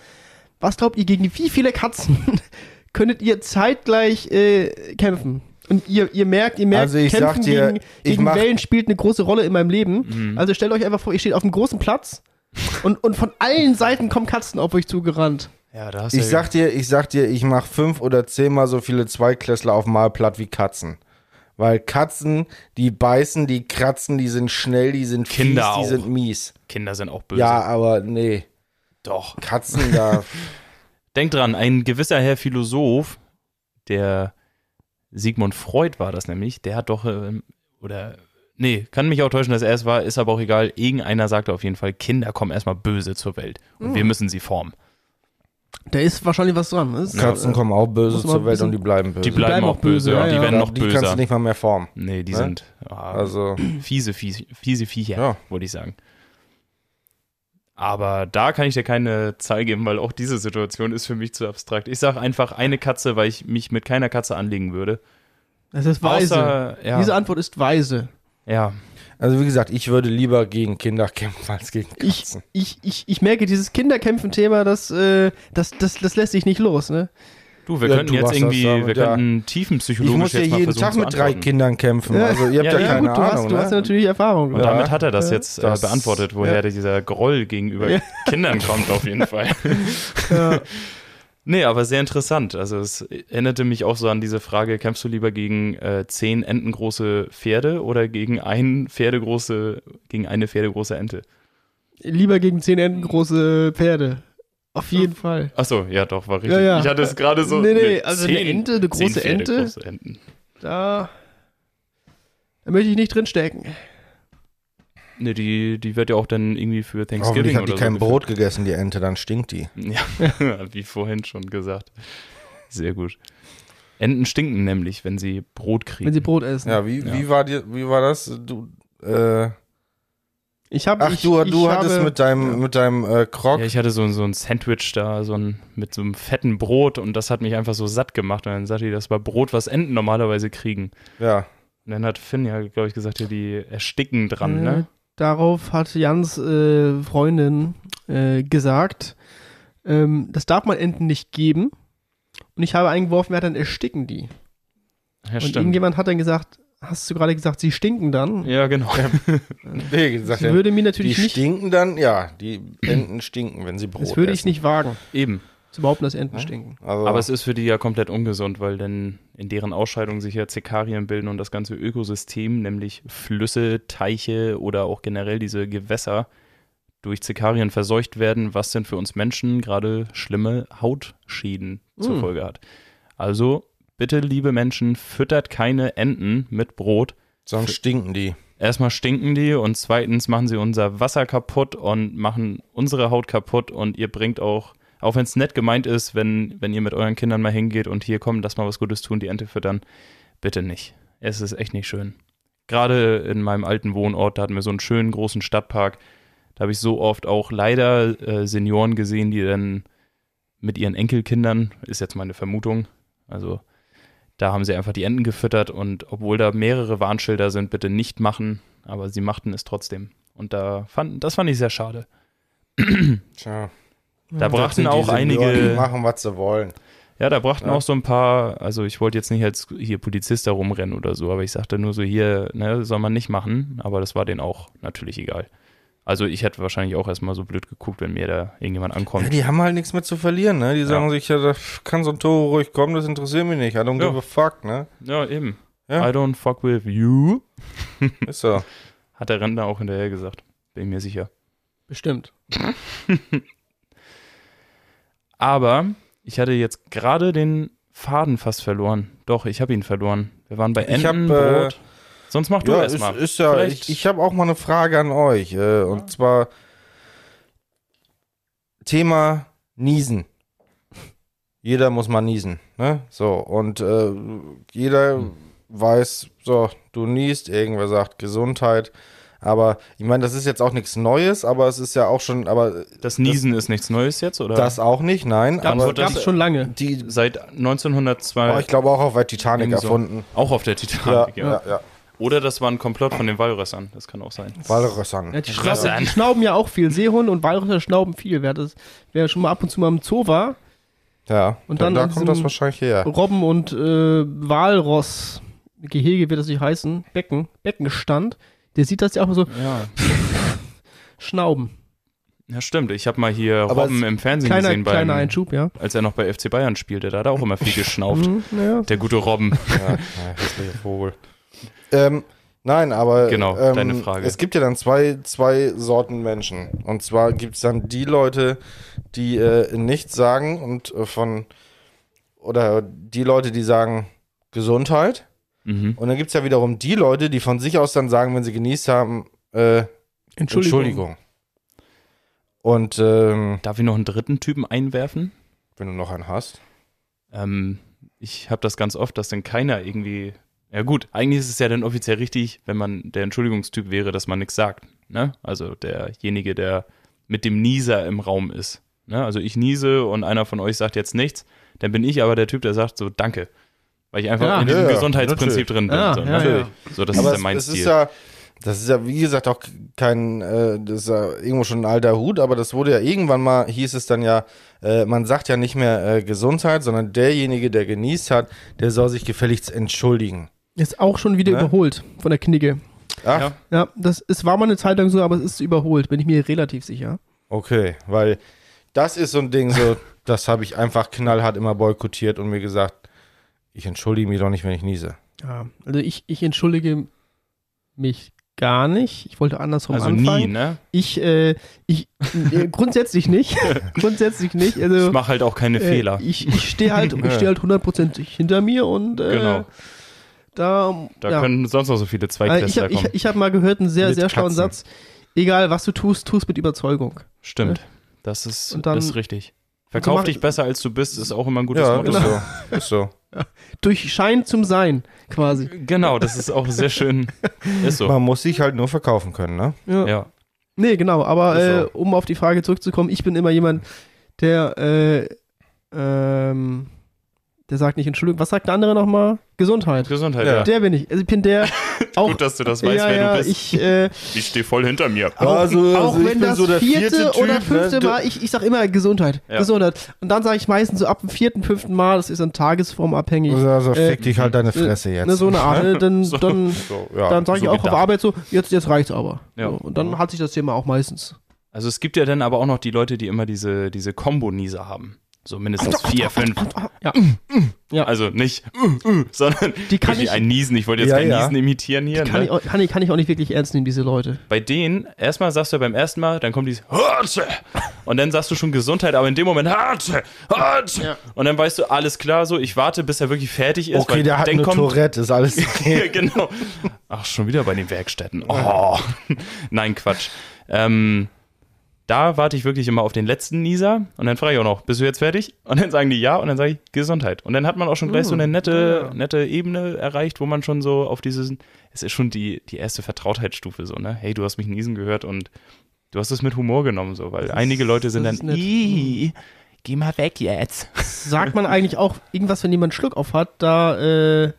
was glaubt ihr, gegen wie viele Katzen könntet ihr zeitgleich äh, kämpfen? Und ihr, ihr merkt, ihr merkt, Also ich sag kämpfen dir, gegen, ich gegen mach- Wellen spielt eine große Rolle in meinem Leben. Mhm. Also stellt euch einfach vor, ihr steht auf einem großen Platz und, und von allen Seiten kommen Katzen auf euch zugerannt. Ja, da hast du Ich sag dir, ich sag dir, ich mache fünf oder zehnmal so viele Zweiklässler auf Mal platt wie Katzen. Weil Katzen, die beißen, die kratzen, die sind schnell, die sind Kinder fies, auch. die sind mies. Kinder sind auch böse. Ja, aber nee. doch. Katzen da. Denk dran, ein gewisser Herr Philosoph, der Sigmund Freud war das nämlich, der hat doch, ähm, oder, nee, kann mich auch täuschen, dass er es war, ist aber auch egal. Irgendeiner sagte auf jeden Fall, Kinder kommen erstmal böse zur Welt und Hm. wir müssen sie formen. Da ist wahrscheinlich was dran. ne? Das ist- Katzen kommen auch böse Muss man zur Welt bisschen- und die bleiben böse. Die bleiben, bleiben auch auch böse, böse, ja, und die ja. werden noch die kannst böser. du nicht mal mehr formen. Nee, die ne? sind ah, Also, fiese, fiese, fiese Viecher, Ja. wollte ich sagen. Aber da kann ich dir keine Zahl geben, weil auch diese Situation ist für mich zu abstrakt. Ich sage einfach eine Katze, weil ich mich mit keiner Katze anlegen würde. Das ist weise. Außer, ja, Diese Antwort ist weise. ja, also wie gesagt, ich würde lieber gegen Kinder kämpfen als gegen Ich, Katzen. ich, ich, ich merke, dieses Kinderkämpfen-Thema, das, äh, das, das, das lässt sich nicht los. Ne? Du, wir Ja, könnten du jetzt machst das irgendwie, wir damit, ja. könnten Ich, tiefenpsychologisch muss ja jetzt mal jeden versuchen Tag zu mit drei antworten. Kindern kämpfen. Ja. Also ihr habt Ja, ja, ja, keine du, Ahnung. hast, du ne? hast natürlich Erfahrung. Und Ja. damit hat er das jetzt äh, Das- beantwortet, woher ja. dieser Groll gegenüber Ja. Kindern kommt auf jeden Fall. Ja. Nee, aber sehr interessant. Also es erinnerte mich auch so an diese Frage, kämpfst du lieber gegen äh, zehn entengroße Pferde oder gegen ein Pferdegroße, gegen eine Pferdegroße Ente? Lieber gegen zehn Enten große Pferde. Auf jeden Fall. Achso, ja doch, war richtig. Ja, ja. Ich hatte es gerade so. Nee, nee, also eine Ente, eine zehn große Ente. Pferdegroße Enten. Da, da möchte ich nicht drinstecken. Nee, die, die wird ja auch dann irgendwie für Thanksgiving Hoffentlich hat Oh, die oder kein so gefüttert. Brot gegessen, die Ente, dann stinkt die. Ja, wie vorhin schon gesagt. Sehr gut. Enten stinken nämlich, wenn sie Brot kriegen. Wenn sie Brot essen. Ja, wie, Ja. Wie, war dir, wie war das? Du, äh, Ich hab, ach, ich, du, ich du hattest habe, mit deinem, mit deinem äh, Krog. ja, ich hatte so, so ein Sandwich da, so ein, mit so einem fetten Brot und das hat mich einfach so satt gemacht. Und dann sagte die, das war Brot, was Enten normalerweise kriegen. Ja. Und dann hat Finn ja, glaube ich, gesagt, hier die ersticken dran, Äh, ne? Darauf hat Jans äh, Freundin äh, gesagt, ähm, das darf man Enten nicht geben. Und ich habe eingeworfen, ja, dann ersticken die. Ja, und irgendjemand hat dann gesagt, hast du gerade gesagt, sie stinken dann. Ja, genau. Nee, gesagt, Das ja, würde die mir natürlich nicht, stinken dann, ja, die Enten stinken, wenn sie Brot das würde ich essen. nicht wagen, Eben. zu behaupten, dass Enten stinken. Also, Aber es ist für die ja komplett ungesund, weil dann in deren Ausscheidung sich ja Zäkarien bilden und das ganze Ökosystem, nämlich Flüsse, Teiche oder auch generell diese Gewässer, durch Zäkarien verseucht werden, was denn für uns Menschen gerade schlimme Hautschäden zur Mm. Folge hat. Also bitte, liebe Menschen, füttert keine Enten mit Brot. sonst stinken die. Erstmal stinken die und zweitens machen sie unser Wasser kaputt und machen unsere Haut kaputt und ihr bringt auch, auch wenn es nett gemeint ist, wenn, wenn ihr mit euren Kindern mal hingeht und hier kommen, lass mal was Gutes tun, die Ente füttern, bitte nicht. Es ist echt nicht schön. Gerade in meinem alten Wohnort, da hatten wir so einen schönen großen Stadtpark, da habe ich so oft auch leider äh, Senioren gesehen, die dann mit ihren Enkelkindern, ist jetzt meine Vermutung, also da haben sie einfach die Enten gefüttert und obwohl da mehrere Warnschilder sind, bitte nicht machen, aber sie machten es trotzdem. Und da fanden, das fand ich sehr schade. Tja. Da brachten Sind die auch Senioren, Die einige, machen, was sie wollen. ja, da brachten Ja. auch so ein paar, also ich wollte jetzt nicht als hier Polizist da rumrennen oder so, aber ich sagte nur so, hier, ne, soll man nicht machen, aber das war denen auch natürlich egal. Also ich hätte wahrscheinlich auch erstmal so blöd geguckt, wenn mir da irgendjemand Ja, ankommt. die haben halt nichts mehr zu verlieren, ne? Die sagen sich, ja, da kann so ein Toro ruhig kommen, das interessiert mich nicht. I don't Ja. give a fuck, ne? Ja, eben. Ja. I don't fuck with you, Ist so. hat der Rentner auch hinterher gesagt. Bin mir sicher. Bestimmt. Aber ich hatte jetzt gerade den Faden fast verloren. Doch, ich habe ihn verloren. Wir waren bei Ich hab, Enten, äh, Brot. Sonst mach du ja, erst mal. Ist, ist ja, Vielleicht- ich ich habe auch mal eine Frage an euch. Äh, und zwar Thema Niesen. Jeder muss mal niesen. Ne? So, und äh, jeder Hm. weiß, so, du niest, irgendwer sagt Gesundheit. Aber ich meine, das ist jetzt auch nichts Neues, aber es ist ja auch schon, aber Das Niesen ist nichts Neues jetzt, oder? das auch nicht, nein. Gab aber es schon lange. die, Seit oh, 1902 ich glaube auch auf der Titanic Irgendwie so. erfunden. auch auf der Titanic. Ja, ja, ja. Oder das war ein Komplott von den Walrössern. Das kann auch sein. Walrössern. Ja, die, Krass, schnauben, Anne. die schnauben ja auch viel. Seehunde und Walrösser schnauben viel. Wer, das, wer schon mal ab und zu mal im Zoo war, Ja, Und da- dann da an kommt das diesem- wahrscheinlich her. Robben und äh, Walross, Gehege wird das nicht heißen, Becken, Beckenstand, der sieht das ja auch so Ja. schnauben. ja, stimmt. Ich habe mal hier Aber Robben es- im Fernsehen Kleiner, gesehen, kleiner beim, Einschub, ja. als er noch bei FC Bayern spielte. Da hat er auch immer viel geschnauft. Mhm, naja. Der gute Robben. Ja, ja, hässlicher Vogel. ähm, nein, aber Genau, ähm, deine Frage. es gibt ja dann zwei, zwei Sorten Menschen. Und zwar gibt es dann die Leute, die äh, nichts sagen und äh, von oder die Leute, die sagen Gesundheit. Mhm. Und dann gibt es ja wiederum die Leute, die von sich aus dann sagen, wenn sie genießt haben, äh, Entschuldigung. Entschuldigung. Und ähm, Darf ich noch einen dritten Typen einwerfen? wenn du noch einen hast. Ähm, ich habe das ganz oft, dass dann keiner irgendwie. Ja gut, eigentlich ist es ja dann offiziell richtig, wenn man der Entschuldigungstyp wäre, dass man nichts sagt. Ne? Also derjenige, der mit dem Nieser im Raum ist. Ne? Also ich niese und einer von euch sagt jetzt nichts, dann bin ich aber der Typ, der sagt so Danke. Weil ich einfach Ja, in diesem ja, Gesundheitsprinzip drin bin. Ja, so, ja, ne? ja. so, das ist Aber dann mein es, es Stil. ist ja, das ist ja wie gesagt auch kein, äh, das ist ja irgendwo schon ein alter Hut, aber das wurde ja irgendwann mal, hieß es dann ja, äh, man sagt ja nicht mehr äh, Gesundheit, sondern derjenige, der genießt hat, der soll sich gefälligst entschuldigen. Ist auch schon wieder Ne? überholt von der Knigge. Ach, Ja. Ja, das ist, war mal eine Zeit lang so, aber es ist überholt, bin ich mir relativ sicher. okay, weil das ist so ein Ding, so, das habe ich einfach knallhart immer boykottiert und mir gesagt, ich entschuldige mich doch nicht, wenn ich niese. Ja, also ich, ich entschuldige mich gar nicht. Ich wollte andersrum also anfangen. nie, ne? Ich, äh, ich, äh, grundsätzlich nicht. grundsätzlich nicht. Also, Ich mache halt auch keine äh, Fehler. Ich, ich stehe halt, ich steh halt hundertprozentig hinter mir und äh, Genau. da, Da ja. können sonst noch so viele äh, ich Zweiklässler habe ich, kommen. ich hab mal gehört, einen sehr, Mit sehr schlauen Katzen. Satz. Egal, was du tust, tust mit Überzeugung. Stimmt. Das ist, Äh, Und dann- ist richtig. Verkauf mach- dich besser, als du bist, ist auch immer ein gutes ja, Motto. ist genau. so. Ist so. Durch Schein zum Sein, quasi. Genau, das ist auch sehr schön. Ist so. Man muss sich halt nur verkaufen können, ne? Ja. Ja. Nee, genau, aber Ist äh, um auf die Frage zurückzukommen, ich bin immer jemand, der, äh, ähm, der sagt nicht Entschuldigung. Was sagt der andere nochmal? Gesundheit. Gesundheit, Ja. ja. Der bin ich. Also ich bin der, Auch, Gut, dass du das weißt, ja, wer ja, du bist. Ich, Ich, äh, stehe voll hinter mir. Ja, also- auch also ich wenn bin das so der vierte, vierte Typ, oder ne? fünfte Du- Mal, ich, ich sag immer Gesundheit, Ja. Gesundheit. Und dann sage ich meistens so ab dem vierten, fünften Mal, das ist dann Tagesform abhängig. Also, also Äh, fick dich halt deine Fresse jetzt. Ne, so eine Art. ne? Dann, dann, So, Mhm. ja. dann sage so ich auch auf gedacht. Arbeit so, jetzt, jetzt reicht's aber. Ja. So, und dann hat sich das Thema auch meistens. Also es gibt ja dann aber auch noch die Leute, die immer diese, diese Kombo-Niese haben. So mindestens vier, fünf. Ja. Mhm. Also nicht, sondern Äh, Die kann irgendwie ich- ein Niesen. Ich wollte jetzt Ja, kein ja. Niesen imitieren hier. Kann ne? ich, auch- kann, ich, kann ich auch nicht wirklich ernst nehmen, diese Leute. Bei denen, erstmal sagst du beim ersten Mal, dann kommt dieses Hatze. und dann sagst du schon Gesundheit, aber in dem Moment Hatze, Hatze. und dann weißt du, alles klar, so ich warte, bis er wirklich fertig ist. okay, der hat dann eine kommt, Tourette, ist alles okay. genau. Ach, schon wieder bei den Werkstätten. Oh. Nein, Quatsch. Ähm, da warte ich wirklich immer auf den letzten Nieser und dann frage ich auch noch, bist du jetzt fertig? Und dann sagen die ja und dann sage ich Gesundheit. Und dann hat man auch schon gleich Mm. so eine nette, nette Ebene erreicht, wo man schon so auf dieses, es ist schon die, die erste Vertrautheitsstufe so, ne? Hey, du hast mich niesen gehört und du hast es mit Humor genommen so, weil einige Leute sind das dann, ist nett. Mm. "Ih, geh mal weg jetzt. Sagt man eigentlich auch irgendwas, wenn jemand Schluck auf hat, da, äh,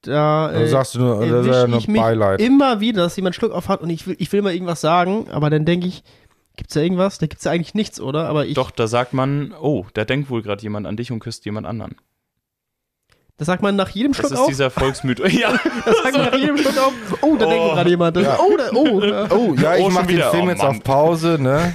da, Dann äh, sagst du nur, das ist ja erwische nur ich mich Beileid. immer wieder, dass jemand Schluck auf hat und ich will, ich will mal irgendwas sagen, aber dann denke ich, gibt's da irgendwas? Da gibt's ja eigentlich nichts, oder? Aber ich, Doch, da sagt man, oh, da denkt wohl gerade jemand an dich und küsst jemand anderen. das sagt man nach jedem Das Schluck ist auf. dieser Volksmythos. ja. Das sagt man nach jedem Schluck auf. Oh, da Oh. denkt gerade jemand. Ja. Oh, da, oh. ja. Oh, ja, Oh, ich schon mach den wieder. Film Oh, jetzt Mann. auf Pause, ne?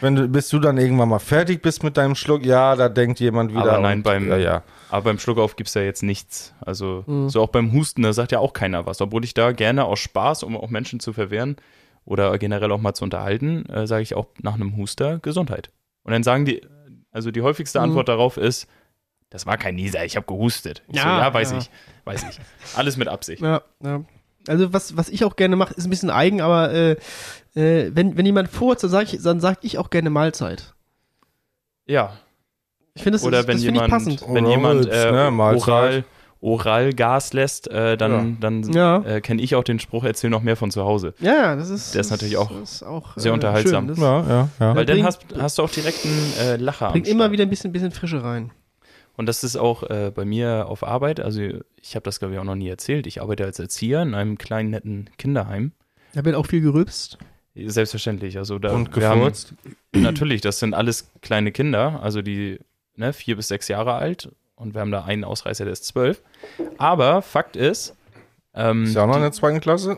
Wenn du, bis du dann irgendwann mal fertig bist mit deinem Schluck, ja, da denkt jemand wieder. Aber nein, und, beim- Ja, ja. Aber beim Schluckauf gibt es ja jetzt nichts. Also, Mhm. so auch beim Husten, da sagt ja auch keiner was. Obwohl ich da gerne aus Spaß, um auch Menschen zu verwehren oder generell auch mal zu unterhalten, äh, sage ich auch nach einem Huster Gesundheit. Und dann sagen die, also die Mhm. häufigste Antwort darauf ist, das war kein Nieser, ich habe gehustet. Ich so, Ja, ja, weiß ja. ich, weiß ich. Alles mit Absicht. Ja, ja. Also was, was ich auch gerne mache, ist ein bisschen eigen, aber äh, äh, wenn, wenn jemand furzt, dann sage ich, dann sag ich auch gerne Mahlzeit. Ja, Ich finde das, oder das, wenn das finde ich jemand, passend. wenn Oder jemand Rülps, äh, ne, Mahlzeit. oral, oral Gas lässt, äh, dann, dann Ja. äh, kenne ich auch den Spruch, erzähl noch mehr von zu Hause. Ja, ja, das ist, Der ist natürlich auch ist auch äh, sehr unterhaltsam. Schön. Das Ja, ja, ja. Weil dann bringt- hast, hast du auch direkt einen äh, Lacher am bringt immer Start. wieder ein bisschen, bisschen Frische rein. Und das ist auch äh, bei mir auf Arbeit, also ich habe das, glaube ich, auch noch nie erzählt. Ich arbeite als Erzieher in einem kleinen, netten Kinderheim. Da wird auch viel gerülpst. Selbstverständlich. Also da, Und wir haben- gefurzt? Natürlich, das sind alles kleine Kinder, also die ne, vier bis sechs Jahre alt. Und wir haben da einen Ausreißer, der ist zwölf. Aber Fakt ist, ähm, Ist ja auch noch in der zweiten Klasse?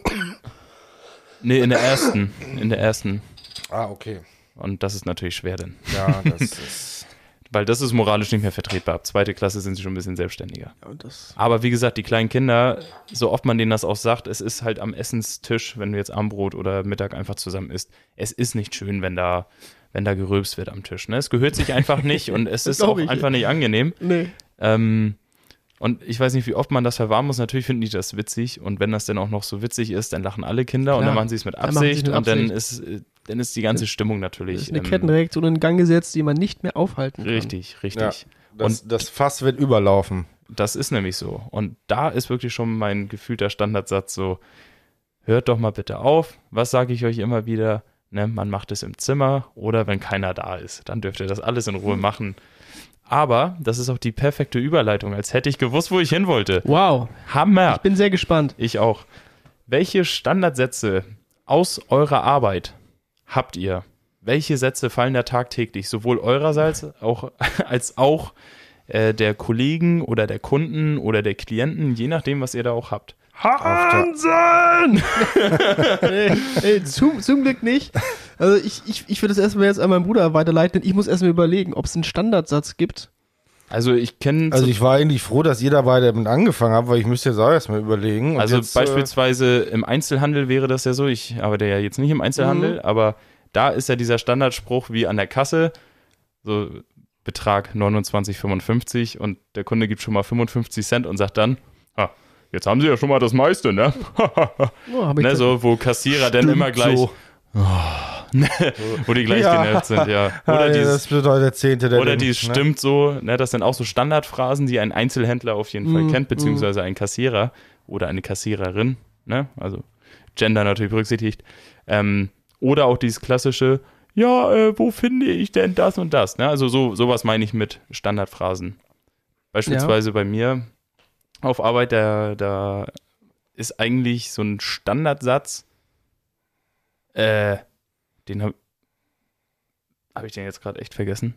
nee, in der ersten, in der ersten. Ah, okay. Und das ist natürlich schwer denn. Ja, das ist. Weil das ist moralisch nicht mehr vertretbar. Ab zweite Klasse sind sie schon ein bisschen selbstständiger. Ja, und das Aber wie gesagt, die kleinen Kinder, so oft man denen das auch sagt, es ist halt am Essenstisch, wenn du jetzt Armbrot oder Mittag einfach zusammen isst, es ist nicht schön, wenn da, wenn da gerülpst wird am Tisch. Ne? Es gehört sich einfach nicht und es ist Glaub auch ich. einfach nicht angenehm. nee. Ähm, und ich weiß nicht, wie oft man das verwahren muss. Natürlich finden die das witzig und wenn das denn auch noch so witzig ist, dann lachen alle Kinder und Klar. dann machen sie es mit Dann machen sie es Absicht mit und dann ist, Absicht. äh, dann ist die ganze Stimmung Das natürlich ist eine ähm, Kettenreaktion in Gang gesetzt, die man nicht mehr aufhalten kann. richtig, richtig. Ja. Das, das Fass wird überlaufen. Das ist nämlich so. Und da ist wirklich schon mein gefühlter Standardsatz so, hört doch mal bitte auf. Was sage ich euch immer wieder? Ne, man macht es im Zimmer oder wenn keiner da ist. Dann dürft ihr das alles in Ruhe machen. Aber das ist auch die perfekte Überleitung, als hätte ich gewusst, wo ich hin wollte. Wow, Hammer! ich bin sehr gespannt. Ich auch. Welche Standardsätze aus eurer Arbeit habt ihr? Welche Sätze fallen da tagtäglich, sowohl eurerseits auch, als auch äh, der Kollegen oder der Kunden oder der Klienten, je nachdem, was ihr da auch habt? Hansen! nee, nee, zum, zum Glück nicht. Also ich, ich, ich würde es erstmal jetzt an meinen Bruder weiterleiten, denn ich muss erstmal überlegen, ob es einen Standardsatz gibt. Also ich kenne Also ich war eigentlich froh, dass ihr da beide mit angefangen habt, weil ich müsste jetzt auch erstmal überlegen. Und also jetzt, äh, beispielsweise im Einzelhandel wäre das ja so, ich arbeite ja jetzt nicht im Einzelhandel, Mhm. aber da ist ja dieser Standardspruch wie an der Kasse, so Betrag 29,55 und der Kunde gibt schon mal 55 Cent und sagt dann, ah, jetzt haben sie ja schon mal das meiste, ne? Oh, hab ich ne so, wo Kassierer dann immer gleich, so. ne, wo die gleich Ja. genervt sind, ja. Ah, Oder ja, dieses, das bedeutet Zehnte der oder Links, die ne? stimmt so, ne, das sind auch so Standardphrasen, die ein Einzelhändler auf jeden Mhm. Fall kennt, beziehungsweise ein Kassierer oder eine Kassiererin, ne, also Gender natürlich berücksichtigt. Ähm, oder auch dieses klassische, ja, äh, wo finde ich denn das und das? Ne? Also so, sowas meine ich mit Standardphrasen. Beispielsweise bei mir auf Arbeit, da, da ist eigentlich so ein Standardsatz. Äh, den habe hab ich den jetzt gerade echt vergessen.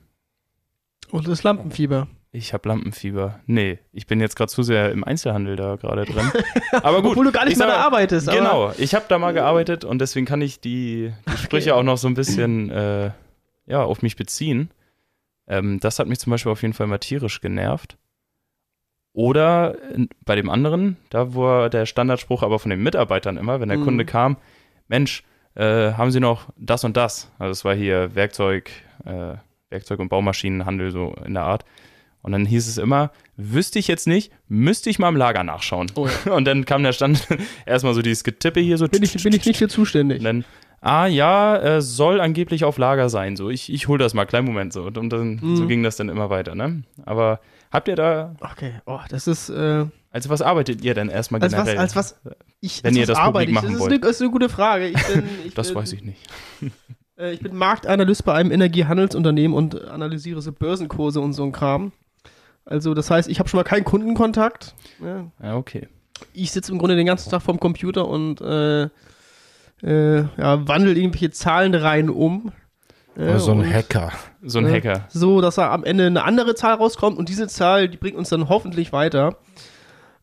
Und Oh, das Lampenfieber. Ich habe Lampenfieber. Nee, ich bin jetzt gerade zu sehr im Einzelhandel da gerade drin. Aber gut. Obwohl du gar nicht ich mal sag da arbeitest. aber- Genau, ich habe da mal gearbeitet und deswegen kann ich die, die Sprüche auch noch so ein bisschen äh, ja, auf mich beziehen. Ähm, das hat mich zum Beispiel auf jeden Fall mal tierisch genervt. Oder in- bei dem anderen, da war der Standardspruch aber von den Mitarbeitern immer, wenn der Mhm. Kunde kam, Mensch, äh, haben Sie noch das und das? Also es war hier Werkzeug, äh, Werkzeug- und Baumaschinenhandel so in der Art. Und dann hieß es immer, wüsste ich jetzt nicht, müsste ich mal im Lager nachschauen. Oh Und dann kam der Stand erstmal so dieses Getippe hier so. Bin ich, bin ich nicht für Und zuständig. dann, ah ja, äh, soll angeblich auf Lager sein. So, ich, ich hol das mal, kleinen Moment so. Und, und dann, Mhm. so ging das dann immer weiter, ne? Aber habt ihr da, Okay, oh, das ist. Äh, also was arbeitet ihr denn erstmal als, was, generell? als was. Ich, Wenn als ihr was das publik arbeite ich. machen das ist, eine, das ist eine gute Frage. Ich bin, ich das bin, weiß ich nicht. Äh, ich bin Marktanalyst bei einem Energiehandelsunternehmen und analysiere so Börsenkurse und so ein Kram. Also, das heißt, ich habe schon mal keinen Kundenkontakt. Ja, Ja, okay. ich sitze im Grunde den ganzen Tag vorm Computer und äh, äh, ja, wandel irgendwelche Zahlenreihen um. Äh, Oder so ein und Hacker. So ein Ja. Hacker. So, dass da am Ende eine andere Zahl rauskommt und diese Zahl, die bringt uns dann hoffentlich weiter.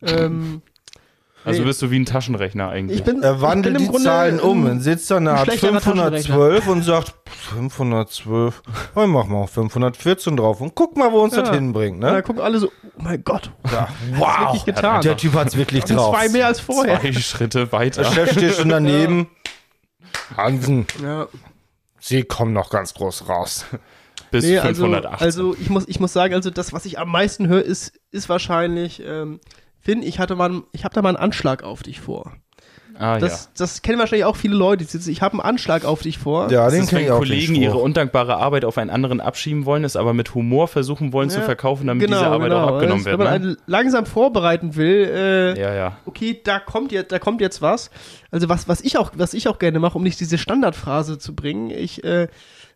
Ähm, Also Nee. bist du wie ein Taschenrechner eigentlich. ich bin, Er ich wandelt bin die im Grunde Zahlen um ein- und sitzt dann da, hat schlechterer 512 und sagt, "Pff, 512, oh, ich mach mal auf 514 drauf und guck mal, wo uns das Ja. hinbringt, Da ne? gucken alle so, oh mein Gott, Ja. wow, wirklich getan. Der Typ hat's wirklich das sind drauf. zwei mehr als vorher. Zwei Schritte Der weiter. Chef steht schon daneben. Hansen, Ja, Sie kommen noch ganz groß raus. Bis nee, also, 508. also ich muss, ich muss sagen, also das, was ich am meisten höre, ist, ist wahrscheinlich, ähm, Finn, ich hatte mal, ich habe da mal einen Anschlag auf dich vor. ah Das, das kennen wahrscheinlich auch viele Leute. die sitzen, Ich habe einen Anschlag auf dich vor. Ja, Das den ist, kenn wenn ich auch. Kollegen den Spruch. ihre undankbare Arbeit auf einen anderen abschieben wollen, es aber mit Humor versuchen wollen zu Ja, verkaufen, damit diese Arbeit auch abgenommen Also, wird. Ne? Wenn man einen langsam vorbereiten will, äh, Ja, ja. okay, da kommt jetzt, da kommt jetzt was. Also was, was ich auch, was ich auch gerne mache, um nicht diese Standardphrase zu bringen, ich, äh,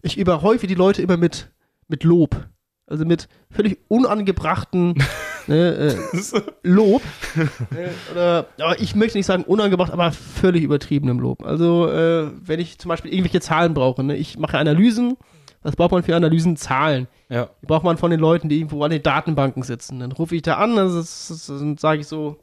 ich überhäufe die Leute immer mit, mit Lob. Also mit völlig unangebrachten ne, äh, Lob. äh, oder, aber ich möchte nicht sagen unangebracht, aber völlig übertriebenem Lob. Also, äh, wenn ich zum Beispiel irgendwelche Zahlen brauche, ne, ich mache Analysen. Was braucht man für Analysen? Zahlen. ja. Die braucht man von den Leuten, die irgendwo an den Datenbanken sitzen. Dann rufe ich da an, also das ist- dann sage ich so,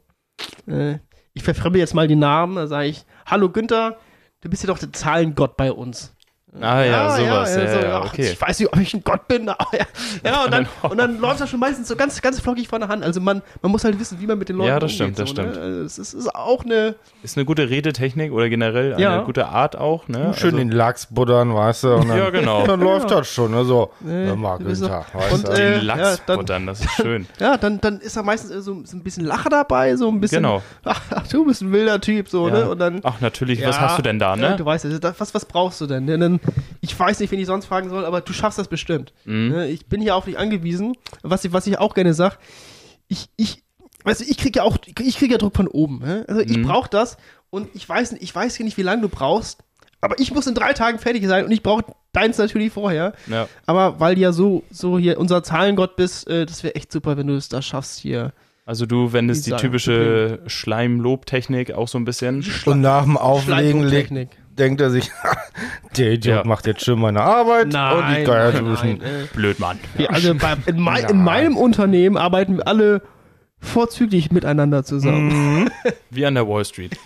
äh, ich verfremde jetzt mal die Namen, dann sage ich, hallo Günther, du bist ja doch der Zahlengott bei uns. Ah ja, sowas. Ja, ja, so, ja, ach, okay. Genau. Ich weiß nicht, ob ich ein Gott bin. Aber ja, ja, und, dann, und dann läuft das schon meistens so ganz, ganz flockig von der Hand. Also man, man muss halt wissen, wie man mit den Leuten Ja, das umgeht, stimmt, das so, stimmt. Ne? Also Es ist, ist auch eine, Ist eine gute Redetechnik oder generell eine Ja. also gute Art auch, ne? Schön den Lachs buttern, weißt du? Und dann, Ja, genau. Dann läuft das schon. Also, Nee, hör mal, du bist Günther, und, weißt du? also äh, den Lachs ja, dann- buttern, das ist schön. ja, dann, dann ist da meistens so, so ein bisschen Lacher dabei, so ein bisschen, Genau. ach, du bist ein wilder Typ, so, Ja. ne? Und dann, Ach, natürlich, was Ja. hast du denn da, Ja, ne? du weißt, also das, was, was brauchst du denn? Ne, Denn ich weiß nicht, wen ich sonst fragen soll, aber du schaffst das bestimmt. Mhm. Ne, Ich bin hier auf dich angewiesen. Was ich, was ich auch gerne sage, ich, ich, weißt du, ich krieg ja auch, ich krieg ja Druck von oben. Ne? Also ich Mhm. brauche das und ich weiß, nicht- ich weiß hier nicht, wie lange du brauchst, aber ich muss in drei Tagen fertig sein und ich brauche deins natürlich vorher. Ja. Aber weil du ja so, so hier unser Zahlengott bist, äh, das wäre echt super, wenn du es da schaffst hier. Also du wendest die Design. typische Schleimlobtechnik auch so ein bisschen. Und nach dem Auflegen legt, Schleimtechnik. denkt er sich, der Idiot Ja. macht jetzt schön meine Arbeit. und ich kann ja nein, zwischen. äh, Blöd, Mann. Wir alle bei, in, mei in Nein. meinem Unternehmen arbeiten wir alle vorzüglich miteinander zusammen. Mhm. Wie an der Wall Street.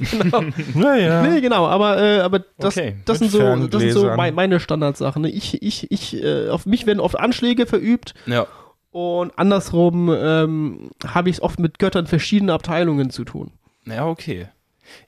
Naja. Nee, genau, aber, äh, aber das, Okay, das, mit sind so, das sind so Ferngläsern. mei meine Standardsachen. Ne? Ich, ich, ich, äh, auf mich werden oft Anschläge verübt Ja. und andersrum ähm, habe ich es oft mit Göttern verschiedener Abteilungen zu tun. Ja, okay.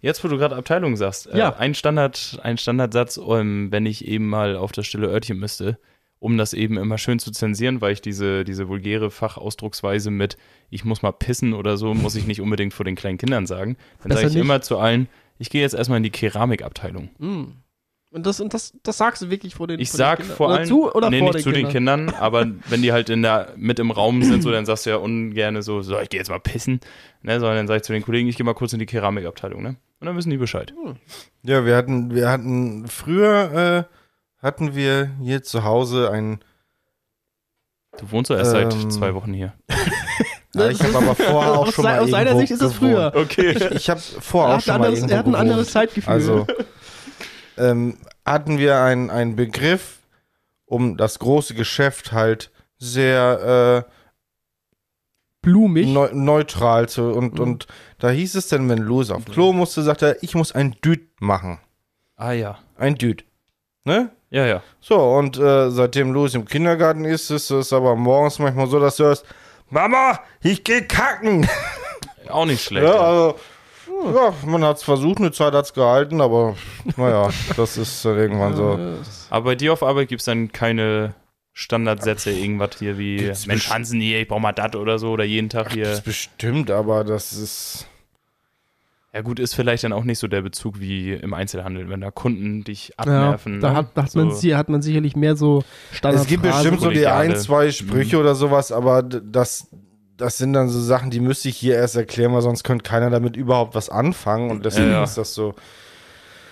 Jetzt, wo du gerade Abteilung sagst, Ja. äh, ein, Standard, ein Standardsatz, ähm, wenn ich eben mal auf das stille Örtchen müsste, um das eben immer schön zu zensieren, weil ich diese, diese vulgäre Fachausdrucksweise mit ich muss mal pissen oder so, muss ich nicht unbedingt vor den kleinen Kindern sagen. Dann Besser sage ich nicht. immer zu allen, ich gehe jetzt erstmal in die Keramikabteilung. Mhm. Und das, und das, das sagst du wirklich vor den Ich vor den sag Kindern. vor Oder allem, zu oder nee, vor nicht zu den den Kindern, aber wenn die halt in der, mit im Raum sind, so dann sagst du ja ungerne so, so, ich gehe jetzt mal pissen, ne, sondern dann sag ich zu den Kollegen, ich gehe mal kurz in die Keramikabteilung, ne? Und dann wissen die Bescheid. Ja, wir hatten, wir hatten früher äh, hatten wir hier zu Hause einen Du wohnst doch erst seit Ähm. zwei Wochen hier. Ja, ich habe aber vorher auch schon se- mal Ne. aus seiner irgendwo Sicht ist es früher. Okay. gewohnt. Ich habe Er vorher auch hat, ein schon mal anderes, irgendwo er hat ein gewohnt. anderes Zeitgefühl. Also ähm, hatten wir einen, einen Begriff, um das große Geschäft halt sehr äh, Blumig. neu, neutral zu und, und da hieß es dann, wenn Louis auf Klo musste, sagte er, ich muss ein Düt machen. Ah ja. Ein Düt. Ne? Ja, ja. So, und äh, seitdem Louis im Kindergarten ist, ist es aber morgens manchmal so, dass du hörst, Mama, ich geh kacken. Auch nicht schlecht. Ja, also, ja, man hat's versucht, eine Zeit hat's gehalten, aber naja, das ist dann irgendwann so. Aber bei dir auf Arbeit gibt es dann keine Standardsätze, irgendwas hier wie Gibt's Mensch Hansen hier, ich brauch mal dat oder so oder jeden Tag Das hier. ist bestimmt, aber das ist. Ja gut, ist vielleicht dann auch nicht so der Bezug wie im Einzelhandel, wenn da Kunden dich abnerven. da ne? hat, da hat, man, So. sie- hat man sicherlich mehr so Standard. es gibt bestimmt so die Kollegiale. ein, zwei Sprüche oder sowas, aber d- das, das sind dann so Sachen, die müsste ich hier erst erklären, weil sonst könnte keiner damit überhaupt was anfangen und deswegen Ja. ist das so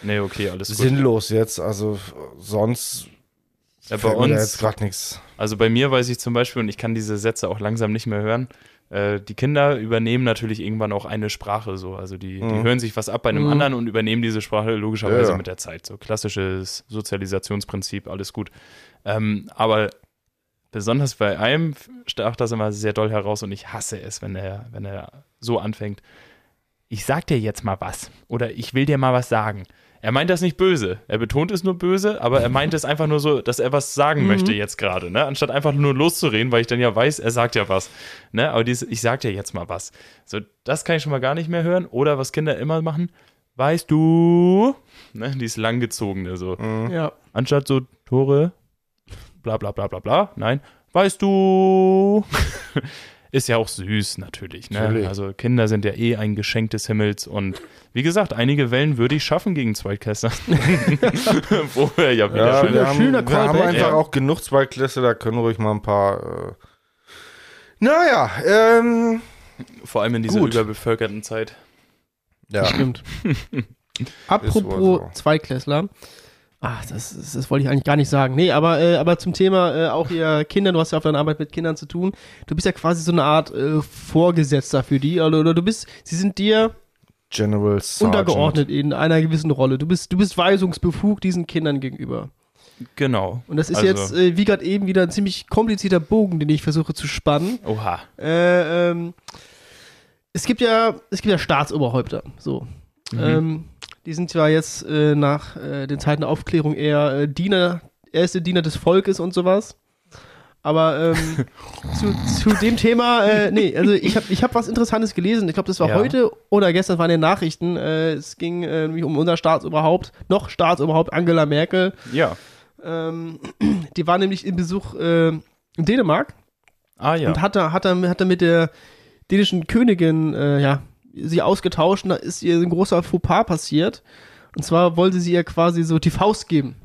Nee, okay, alles gut. sinnlos jetzt. Also sonst Ja, bei fällt mir da jetzt uns, gerade nichts. also bei mir weiß ich zum Beispiel, und ich kann diese Sätze auch langsam nicht mehr hören, äh, die Kinder übernehmen natürlich irgendwann auch eine Sprache so. Also die, die Mhm. hören sich was ab bei einem Mhm. anderen und übernehmen diese Sprache logischerweise Ja, ja. mit der Zeit. So klassisches Sozialisationsprinzip, alles gut. Ähm, aber besonders bei einem stach das immer sehr doll heraus und ich hasse es, wenn er, wenn er so anfängt. Ich sag dir jetzt mal was oder ich will dir mal was sagen. Er meint das nicht böse. Er betont es nur böse, aber er meint es einfach nur so, dass er was sagen möchte jetzt gerade, ne? Anstatt einfach nur loszureden, weil ich dann ja weiß, er sagt ja was, ne? Aber dieses, ich sag dir jetzt mal was. So, das kann ich schon mal gar nicht mehr hören. Oder was Kinder immer machen, weißt du, ne? Dieses langgezogene so. Ja. Anstatt so Tore, bla bla bla bla bla, nein, weißt du. Ist ja auch süß, natürlich, ne? Natürlich. Also Kinder sind ja eh ein Geschenk des Himmels und wie gesagt, einige Wellen würde ich schaffen gegen Zweitklässler. Vorher ja wieder Ja, schön. wir haben, schöner wir haben Callback. einfach Ja. auch genug Zweitklässler, da können ruhig mal ein paar. Äh, naja, ähm. Vor allem in dieser Gut. überbevölkerten Zeit. Ja. Stimmt. wohl Apropos so. Zweiklässler. Ach, das, das, das wollte ich eigentlich gar nicht sagen. Nee, aber, äh, aber zum Thema äh, auch ihr Kinder, du hast ja auf deiner Arbeit mit Kindern zu tun. Du bist ja quasi so eine Art äh, Vorgesetzter für die. Oder, oder du bist, sie sind dir General Sergeant. untergeordnet in einer gewissen Rolle. Du bist, du bist weisungsbefugt diesen Kindern gegenüber. Genau. Und das ist Also- jetzt, äh, wie gerade eben, wieder ein ziemlich komplizierter Bogen, den ich versuche zu spannen. Oha. Äh, ähm, es gibt ja, es gibt ja Staatsoberhäupter, so. Ähm, die sind ja jetzt äh, nach äh, den Zeiten der Aufklärung eher äh, Diener, erste Diener des Volkes und sowas. Aber ähm, zu, zu dem Thema, äh, nee, also ich habe ich hab was Interessantes gelesen. Ich glaube, das war Ja. heute oder gestern, das waren die Nachrichten. Äh, es ging äh, nämlich um unser Staatsoberhaupt, noch Staatsoberhaupt Angela Merkel. Ja. Ähm, die war nämlich im Besuch äh, in Dänemark Ah ja. und hat er, hat er, hat er mit der dänischen Königin äh, ja, sie ausgetauscht und da ist ihr ein großer Fauxpas passiert. Und zwar wollte sie ihr quasi so die Faust geben.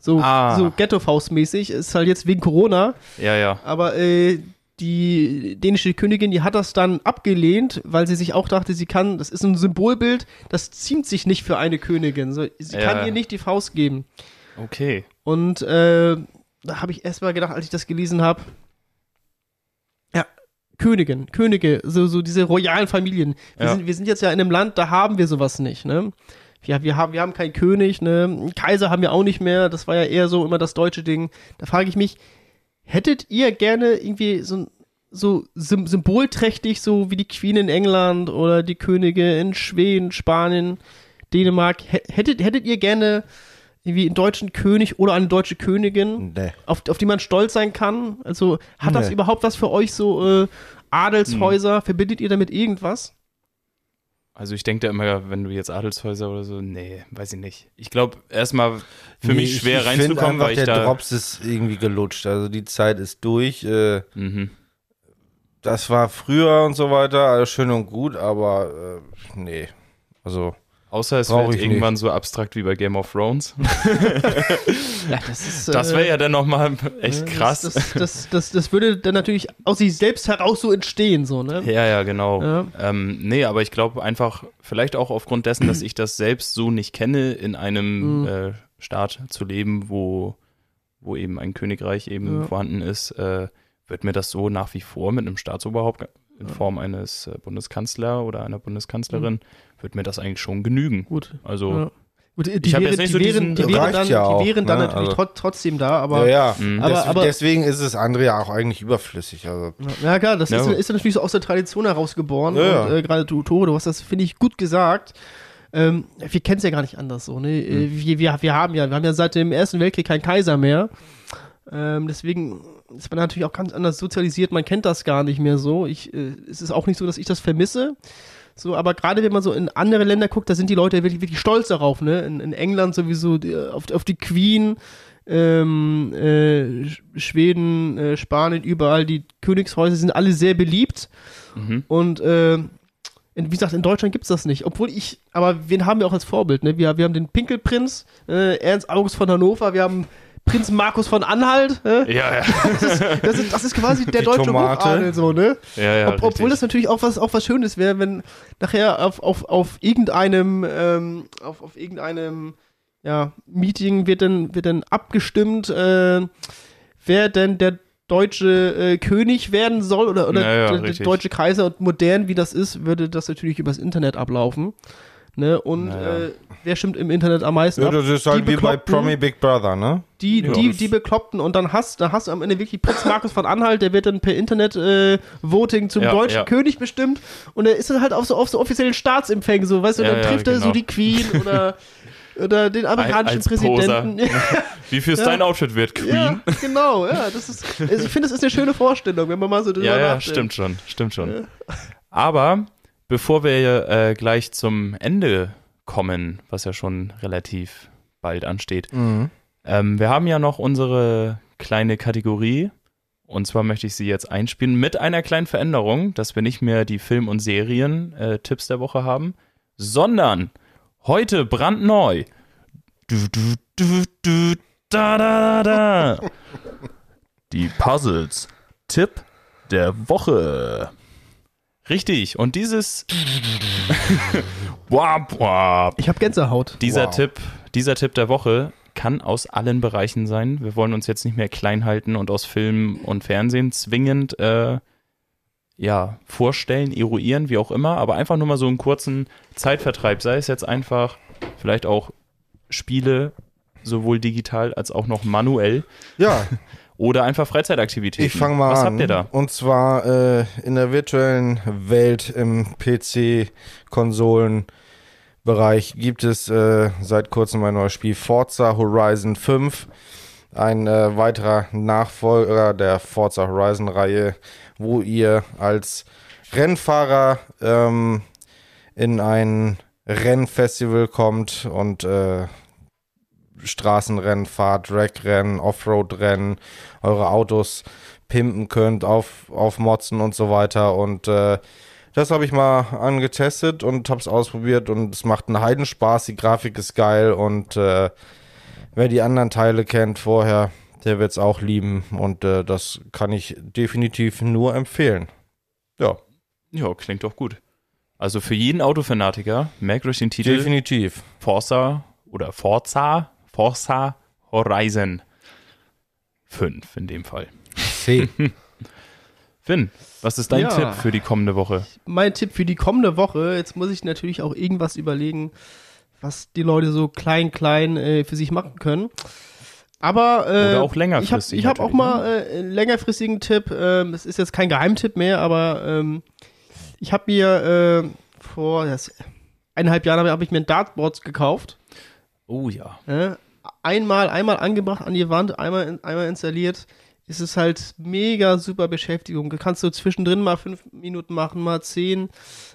So, Ah. so Ghetto-Faust-mäßig. Ist halt jetzt wegen Corona. Ja, ja. Aber äh, die dänische Königin, die hat das dann abgelehnt, weil sie sich auch dachte, sie kann, das ist ein Symbolbild, das ziemt sich nicht für eine Königin. So, sie Ja. kann ihr nicht die Faust geben. Okay. Und äh, da habe ich erst mal gedacht, als ich das gelesen habe, ja, Königin, Könige, so, so diese royalen Familien. Wir, Ja. sind, wir sind jetzt ja in einem Land, da haben wir sowas nicht, ne? Ja, wir haben, wir haben keinen König, ne? Einen Kaiser haben wir auch nicht mehr. Das war ja eher so immer das deutsche Ding. Da frage ich mich, hättet ihr gerne irgendwie so, ein- so sym symbolträchtig, so wie die Queen in England oder die Könige in Schweden, Spanien, Dänemark, hä- hättet, hättet ihr gerne irgendwie einen deutschen König oder eine deutsche Königin? Hm. Nee. auf, auf die man stolz sein kann? Also hat das Nee. überhaupt was für euch so äh, Adelshäuser? Hm. Verbindet ihr damit irgendwas? Also ich denke da immer, wenn du jetzt Adelshäuser oder so, nee, weiß ich nicht. Ich glaube, erstmal für Nee, mich schwer ich, ich find reinzukommen, einfach, weil ich der da. Drops ist irgendwie gelutscht. Also die Zeit ist durch. Äh, Mhm. das war früher und so weiter, alles schön und gut, aber äh, nee. Also Außer es Brauch wird ich irgendwann so abstrakt wie bei Game of Thrones. Ja, das ist. äh, ne, Das wäre ja dann nochmal echt krass. Das, das, das, das, das würde dann natürlich aus sich selbst heraus so entstehen, so, ne? ja, ja, genau. Ja. Ähm, nee, aber ich glaube einfach, vielleicht auch aufgrund dessen, dass ich das selbst so nicht kenne, in einem Mhm. äh, Staat zu leben, wo, wo eben ein Königreich eben Ja. vorhanden ist, äh, wird mir das so nach wie vor mit einem Staatsoberhaupt in Form eines äh, Bundeskanzler oder einer Bundeskanzlerin, Mhm. würde mir das eigentlich schon genügen. Gut. Also, Ja. Gut, die, Ich hab wären- jetzt nicht die so diesen- wären, die wären Reicht dann, ja auch, die wären dann ne? natürlich Also- trot- trotzdem da, aber ja, ja. Mhm. Des, Aber- aber- deswegen ist es andere ja auch eigentlich überflüssig. Also, Ja, klar, das Ja. ist, ist natürlich so aus der Tradition herausgeboren. Ja, Und ja. äh, gerade du, Tore, du hast das, finde ich, gut gesagt. Ähm, wir kennen es ja gar nicht anders so. Ne? Äh, Hm. Wir, wir, wir, haben ja, wir haben ja seit dem Ersten Weltkrieg keinen Kaiser mehr. Ähm, deswegen ist man natürlich auch ganz anders sozialisiert. Man kennt das gar nicht mehr so. Ich, äh, es ist auch nicht so, dass ich das vermisse. So, aber gerade wenn man so in andere Länder guckt, da sind die Leute wirklich, wirklich stolz darauf. Ne? In, in England sowieso die, auf, auf die Queen, ähm, äh, Sch- Schweden, äh, Spanien, überall. Die Königshäuser sind alle sehr beliebt. mhm. Und äh, in, wie gesagt, in Deutschland gibt es das nicht. Obwohl ich, aber wen haben wir auch als Vorbild? Ne? Wir, wir haben den Pinkelprinz, äh, Ernst August von Hannover, wir haben Prinz Markus von Anhalt. Ne? ja, ja, Das, ist, das ist quasi der Die deutsche Tomate. Hochadel, so, ne? ja, ja Ob, obwohl richtig. das natürlich auch was, auch was Schönes wäre, wenn nachher auf, auf, auf irgendeinem, ähm, auf, auf irgendeinem ja, Meeting wird dann, wird dann abgestimmt, äh, wer denn der deutsche äh, König werden soll oder, oder Ja, ja, der, der richtig. deutsche Kaiser und modern wie das ist, würde das natürlich übers Internet ablaufen. Ne? Und Ja, ja. äh, wer stimmt im Internet am meisten ja, ab? das ist halt die Mhm. wie bei Bekloppten- Promi Big Brother, ne? die, Ja. die, die Bekloppten und dann hast, da hast du am Ende wirklich Prinz Markus von Anhalt, der wird dann per Internet äh, Voting zum Ja, deutschen ja. König bestimmt und er ist dann halt auf so, auf so offiziellen Staatsempfängen so, weißt du, Ja, dann ja, trifft er so genau. die Queen oder, oder den amerikanischen als Präsidenten. Wie viel ist Ja. dein Outfit wert, Queen? ja, genau, ja, das ist, also ich finde, das ist eine schöne Vorstellung, wenn man mal so drüber Ja, ja, nachdenkt. stimmt schon, stimmt schon. Aber bevor wir äh, gleich zum Ende kommen, was ja schon relativ bald ansteht, Mhm. ähm, wir haben ja noch unsere kleine Kategorie. Und zwar möchte ich sie jetzt einspielen mit einer kleinen Veränderung, dass wir nicht mehr die Film- und Serien-Tipps der Woche haben, sondern heute brandneu. Du, du, du, du, da, da, da, da. Die Puzzles. Tipp der Woche. Richtig. Und dieses. wap, wap. Ich habe Gänsehaut. Dieser Wow. Tipp, dieser Tipp der Woche kann aus allen Bereichen sein. Wir wollen uns jetzt nicht mehr klein halten und aus Film und Fernsehen zwingend äh, ja, vorstellen, eruieren, wie auch immer, aber einfach nur mal so einen kurzen Zeitvertreib, sei es jetzt einfach vielleicht auch Spiele, sowohl digital als auch noch manuell Ja, oder einfach Freizeitaktivitäten. ich fange mal Was an. habt ihr da? Und zwar äh, in der virtuellen Welt im PC-Konsolenbereich gibt es äh, seit kurzem ein neues Spiel Forza Horizon 5. Ein äh, weiterer Nachfolger der Forza Horizon-Reihe, wo ihr als Rennfahrer ähm, in ein Rennfestival kommt und äh, Straßenrennen fahrt, Dragrennen, Offroad-Rennen, eure Autos pimpen könnt, auf, aufmotzen und so weiter. Und äh, das habe ich mal angetestet und habe es ausprobiert und es macht einen Heidenspaß. Die Grafik ist geil und äh, wer die anderen Teile kennt vorher, der wird es auch lieben und äh, das kann ich definitiv nur empfehlen. Ja, Ja, klingt doch gut. Also für jeden Autofanatiker, merkt euch den Titel definitiv. Forza oder Forza, Forza Horizon 5 in dem Fall. C. Finn, was ist dein Ja. Tipp für die kommende Woche? mein Tipp für die kommende Woche, jetzt muss ich natürlich auch irgendwas überlegen, was die Leute so klein, klein äh, für sich machen können. Aber äh, Oder auch ich habe längerfristig ich hab auch natürlich, mal ne? äh, einen längerfristigen Tipp. Ähm, es ist jetzt kein Geheimtipp mehr, aber ähm, ich habe mir äh, vor das, eineinhalb Jahren habe ich mir ein Dartboard gekauft. Oh ja. Ne? Einmal, einmal angebracht an die Wand, einmal, in, einmal installiert, ist es halt mega super Beschäftigung. Du kannst so zwischendrin mal fünf Minuten machen, mal zehn,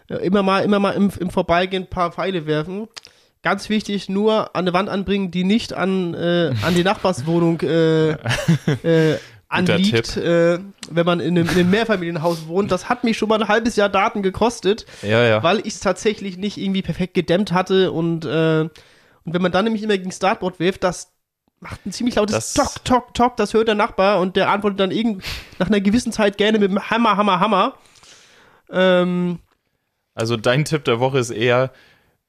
äh, immer mal, immer mal im, im Vorbeigehen ein paar Pfeile werfen. Ganz wichtig, nur an eine Wand anbringen, die nicht an, äh, an die Nachbarswohnung äh, äh, anliegt, äh, wenn man in einem, in einem Mehrfamilienhaus wohnt. Das hat mich schon mal ein halbes Jahr Daten gekostet Ja, ja. weil ich es tatsächlich nicht irgendwie perfekt gedämmt hatte und, äh, und wenn man dann nämlich immer gegen Startboard wirft, das macht ein ziemlich Das- lautes Tok, Tok, Tok, das hört der Nachbar und der antwortet dann irgend nach einer gewissen Zeit gerne mit dem Hammer, Hammer, Hammer. Ähm, Also dein Tipp der Woche ist eher,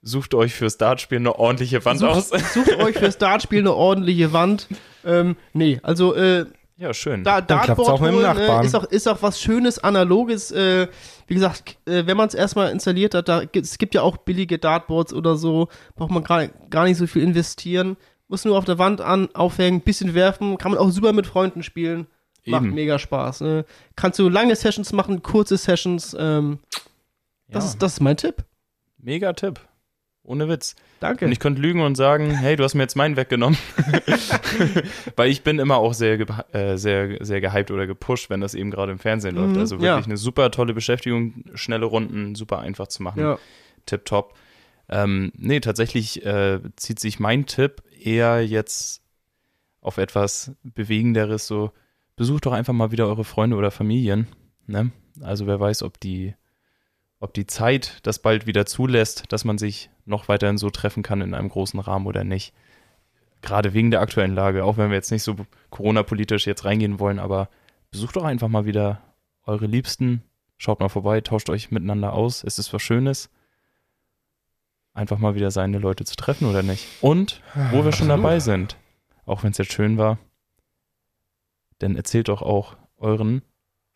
sucht euch fürs Dartspiel eine ordentliche Wand aus. sucht euch fürs Dartspiel eine ordentliche Wand. Ähm, nee, also äh, Ja, schön. Da, Dann klappt's Dartboard auch mit dem holen, äh, Nachbarn. Ist, auch, ist auch was Schönes, Analoges. Äh, wie gesagt, k- äh, wenn man es erstmal installiert hat, da, gibt- es gibt ja auch billige Dartboards oder so, braucht man gar, gar nicht so viel investieren. Muss nur auf der Wand an, aufhängen, bisschen werfen, kann man auch super mit Freunden spielen. Macht Eben. mega Spaß. Ne? Kannst du lange Sessions machen, kurze Sessions. Ähm, das, ja. ist, das ist mein Tipp. Mega Tipp. Ohne Witz. Danke. Und ich könnte lügen und sagen, hey, du hast mir jetzt meinen weggenommen. Weil ich bin immer auch sehr, geha- äh, sehr, sehr gehypt oder gepusht, wenn das eben gerade im Fernsehen läuft. Mhm, Also ja. wirklich eine super tolle Beschäftigung, schnelle Runden, super einfach zu machen. ja. tipptopp. Ähm, nee, tatsächlich äh, zieht sich mein Tipp eher jetzt auf etwas Bewegenderes. So, besucht doch einfach mal wieder eure Freunde oder Familien. Ne? Also wer weiß, ob die, ob die Zeit das bald wieder zulässt, dass man sich noch weiterhin so treffen kann in einem großen Rahmen oder nicht. Gerade wegen der aktuellen Lage, auch wenn wir jetzt nicht so Corona-politisch jetzt reingehen wollen, aber besucht doch einfach mal wieder eure Liebsten, schaut mal vorbei, tauscht euch miteinander aus, es ist was Schönes einfach mal wieder seine Leute zu treffen oder nicht. Und wo wir schon dabei sind, auch wenn es jetzt schön war, dann erzählt doch auch euren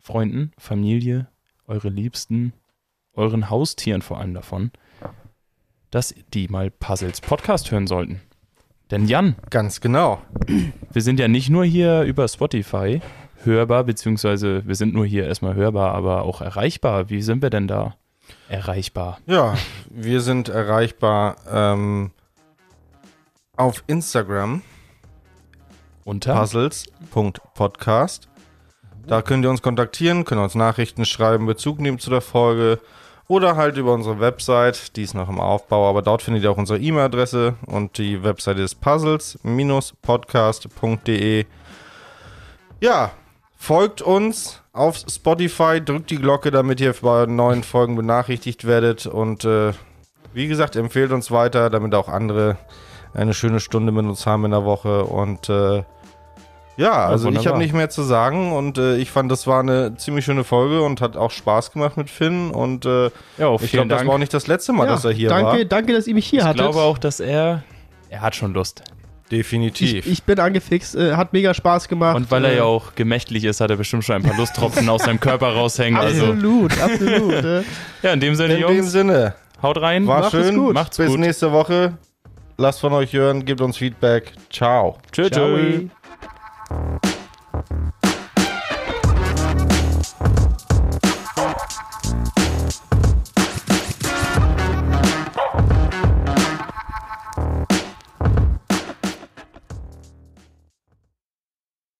Freunden, Familie, eure Liebsten, euren Haustieren vor allem davon, dass die mal Puzzles Podcast hören sollten. Denn Jan, Ganz genau. wir sind ja nicht nur hier über Spotify hörbar, beziehungsweise wir sind nur hier erstmal hörbar, aber auch erreichbar. Wie sind wir denn da? Erreichbar. Ja, wir sind erreichbar ähm, auf Instagram. Unter? puzzles.podcast. Da könnt ihr uns kontaktieren, könnt uns Nachrichten schreiben, Bezug nehmen zu der Folge oder halt über unsere Website, die ist noch im Aufbau, aber dort findet ihr auch unsere E-Mail-Adresse und die Website ist puzzles-podcast.de. Ja, folgt uns auf Spotify, drückt die Glocke, damit ihr bei neuen Folgen benachrichtigt werdet und äh, wie gesagt, empfehlt uns weiter, damit auch andere eine schöne Stunde mit uns haben in der Woche und äh, ja, also ich wunderbar. habe nicht mehr zu sagen und äh, ich fand, das war eine ziemlich schöne Folge und hat auch Spaß gemacht mit Finn und äh, Ja, ich glaube, das war auch nicht das letzte Mal, Oh, Ja, dass er hier danke, war. danke, dass ihr mich hier Ich hattet. glaube auch, dass er. Er hat schon Lust. Definitiv. ich, ich bin angefixt, äh, hat mega Spaß gemacht. Und weil er äh, ja auch gemächlich ist, hat er bestimmt schon ein paar Lusttropfen aus seinem Körper raushängen. Also, Absolut, absolut. äh. ja, in dem Sinne, in dem Jungs, Sinne, haut rein. war macht es schön. gut. Macht's Bis gut. nächste Woche. Lasst von euch hören, gebt uns Feedback. Ciao. Tschö, tschö. Ciao.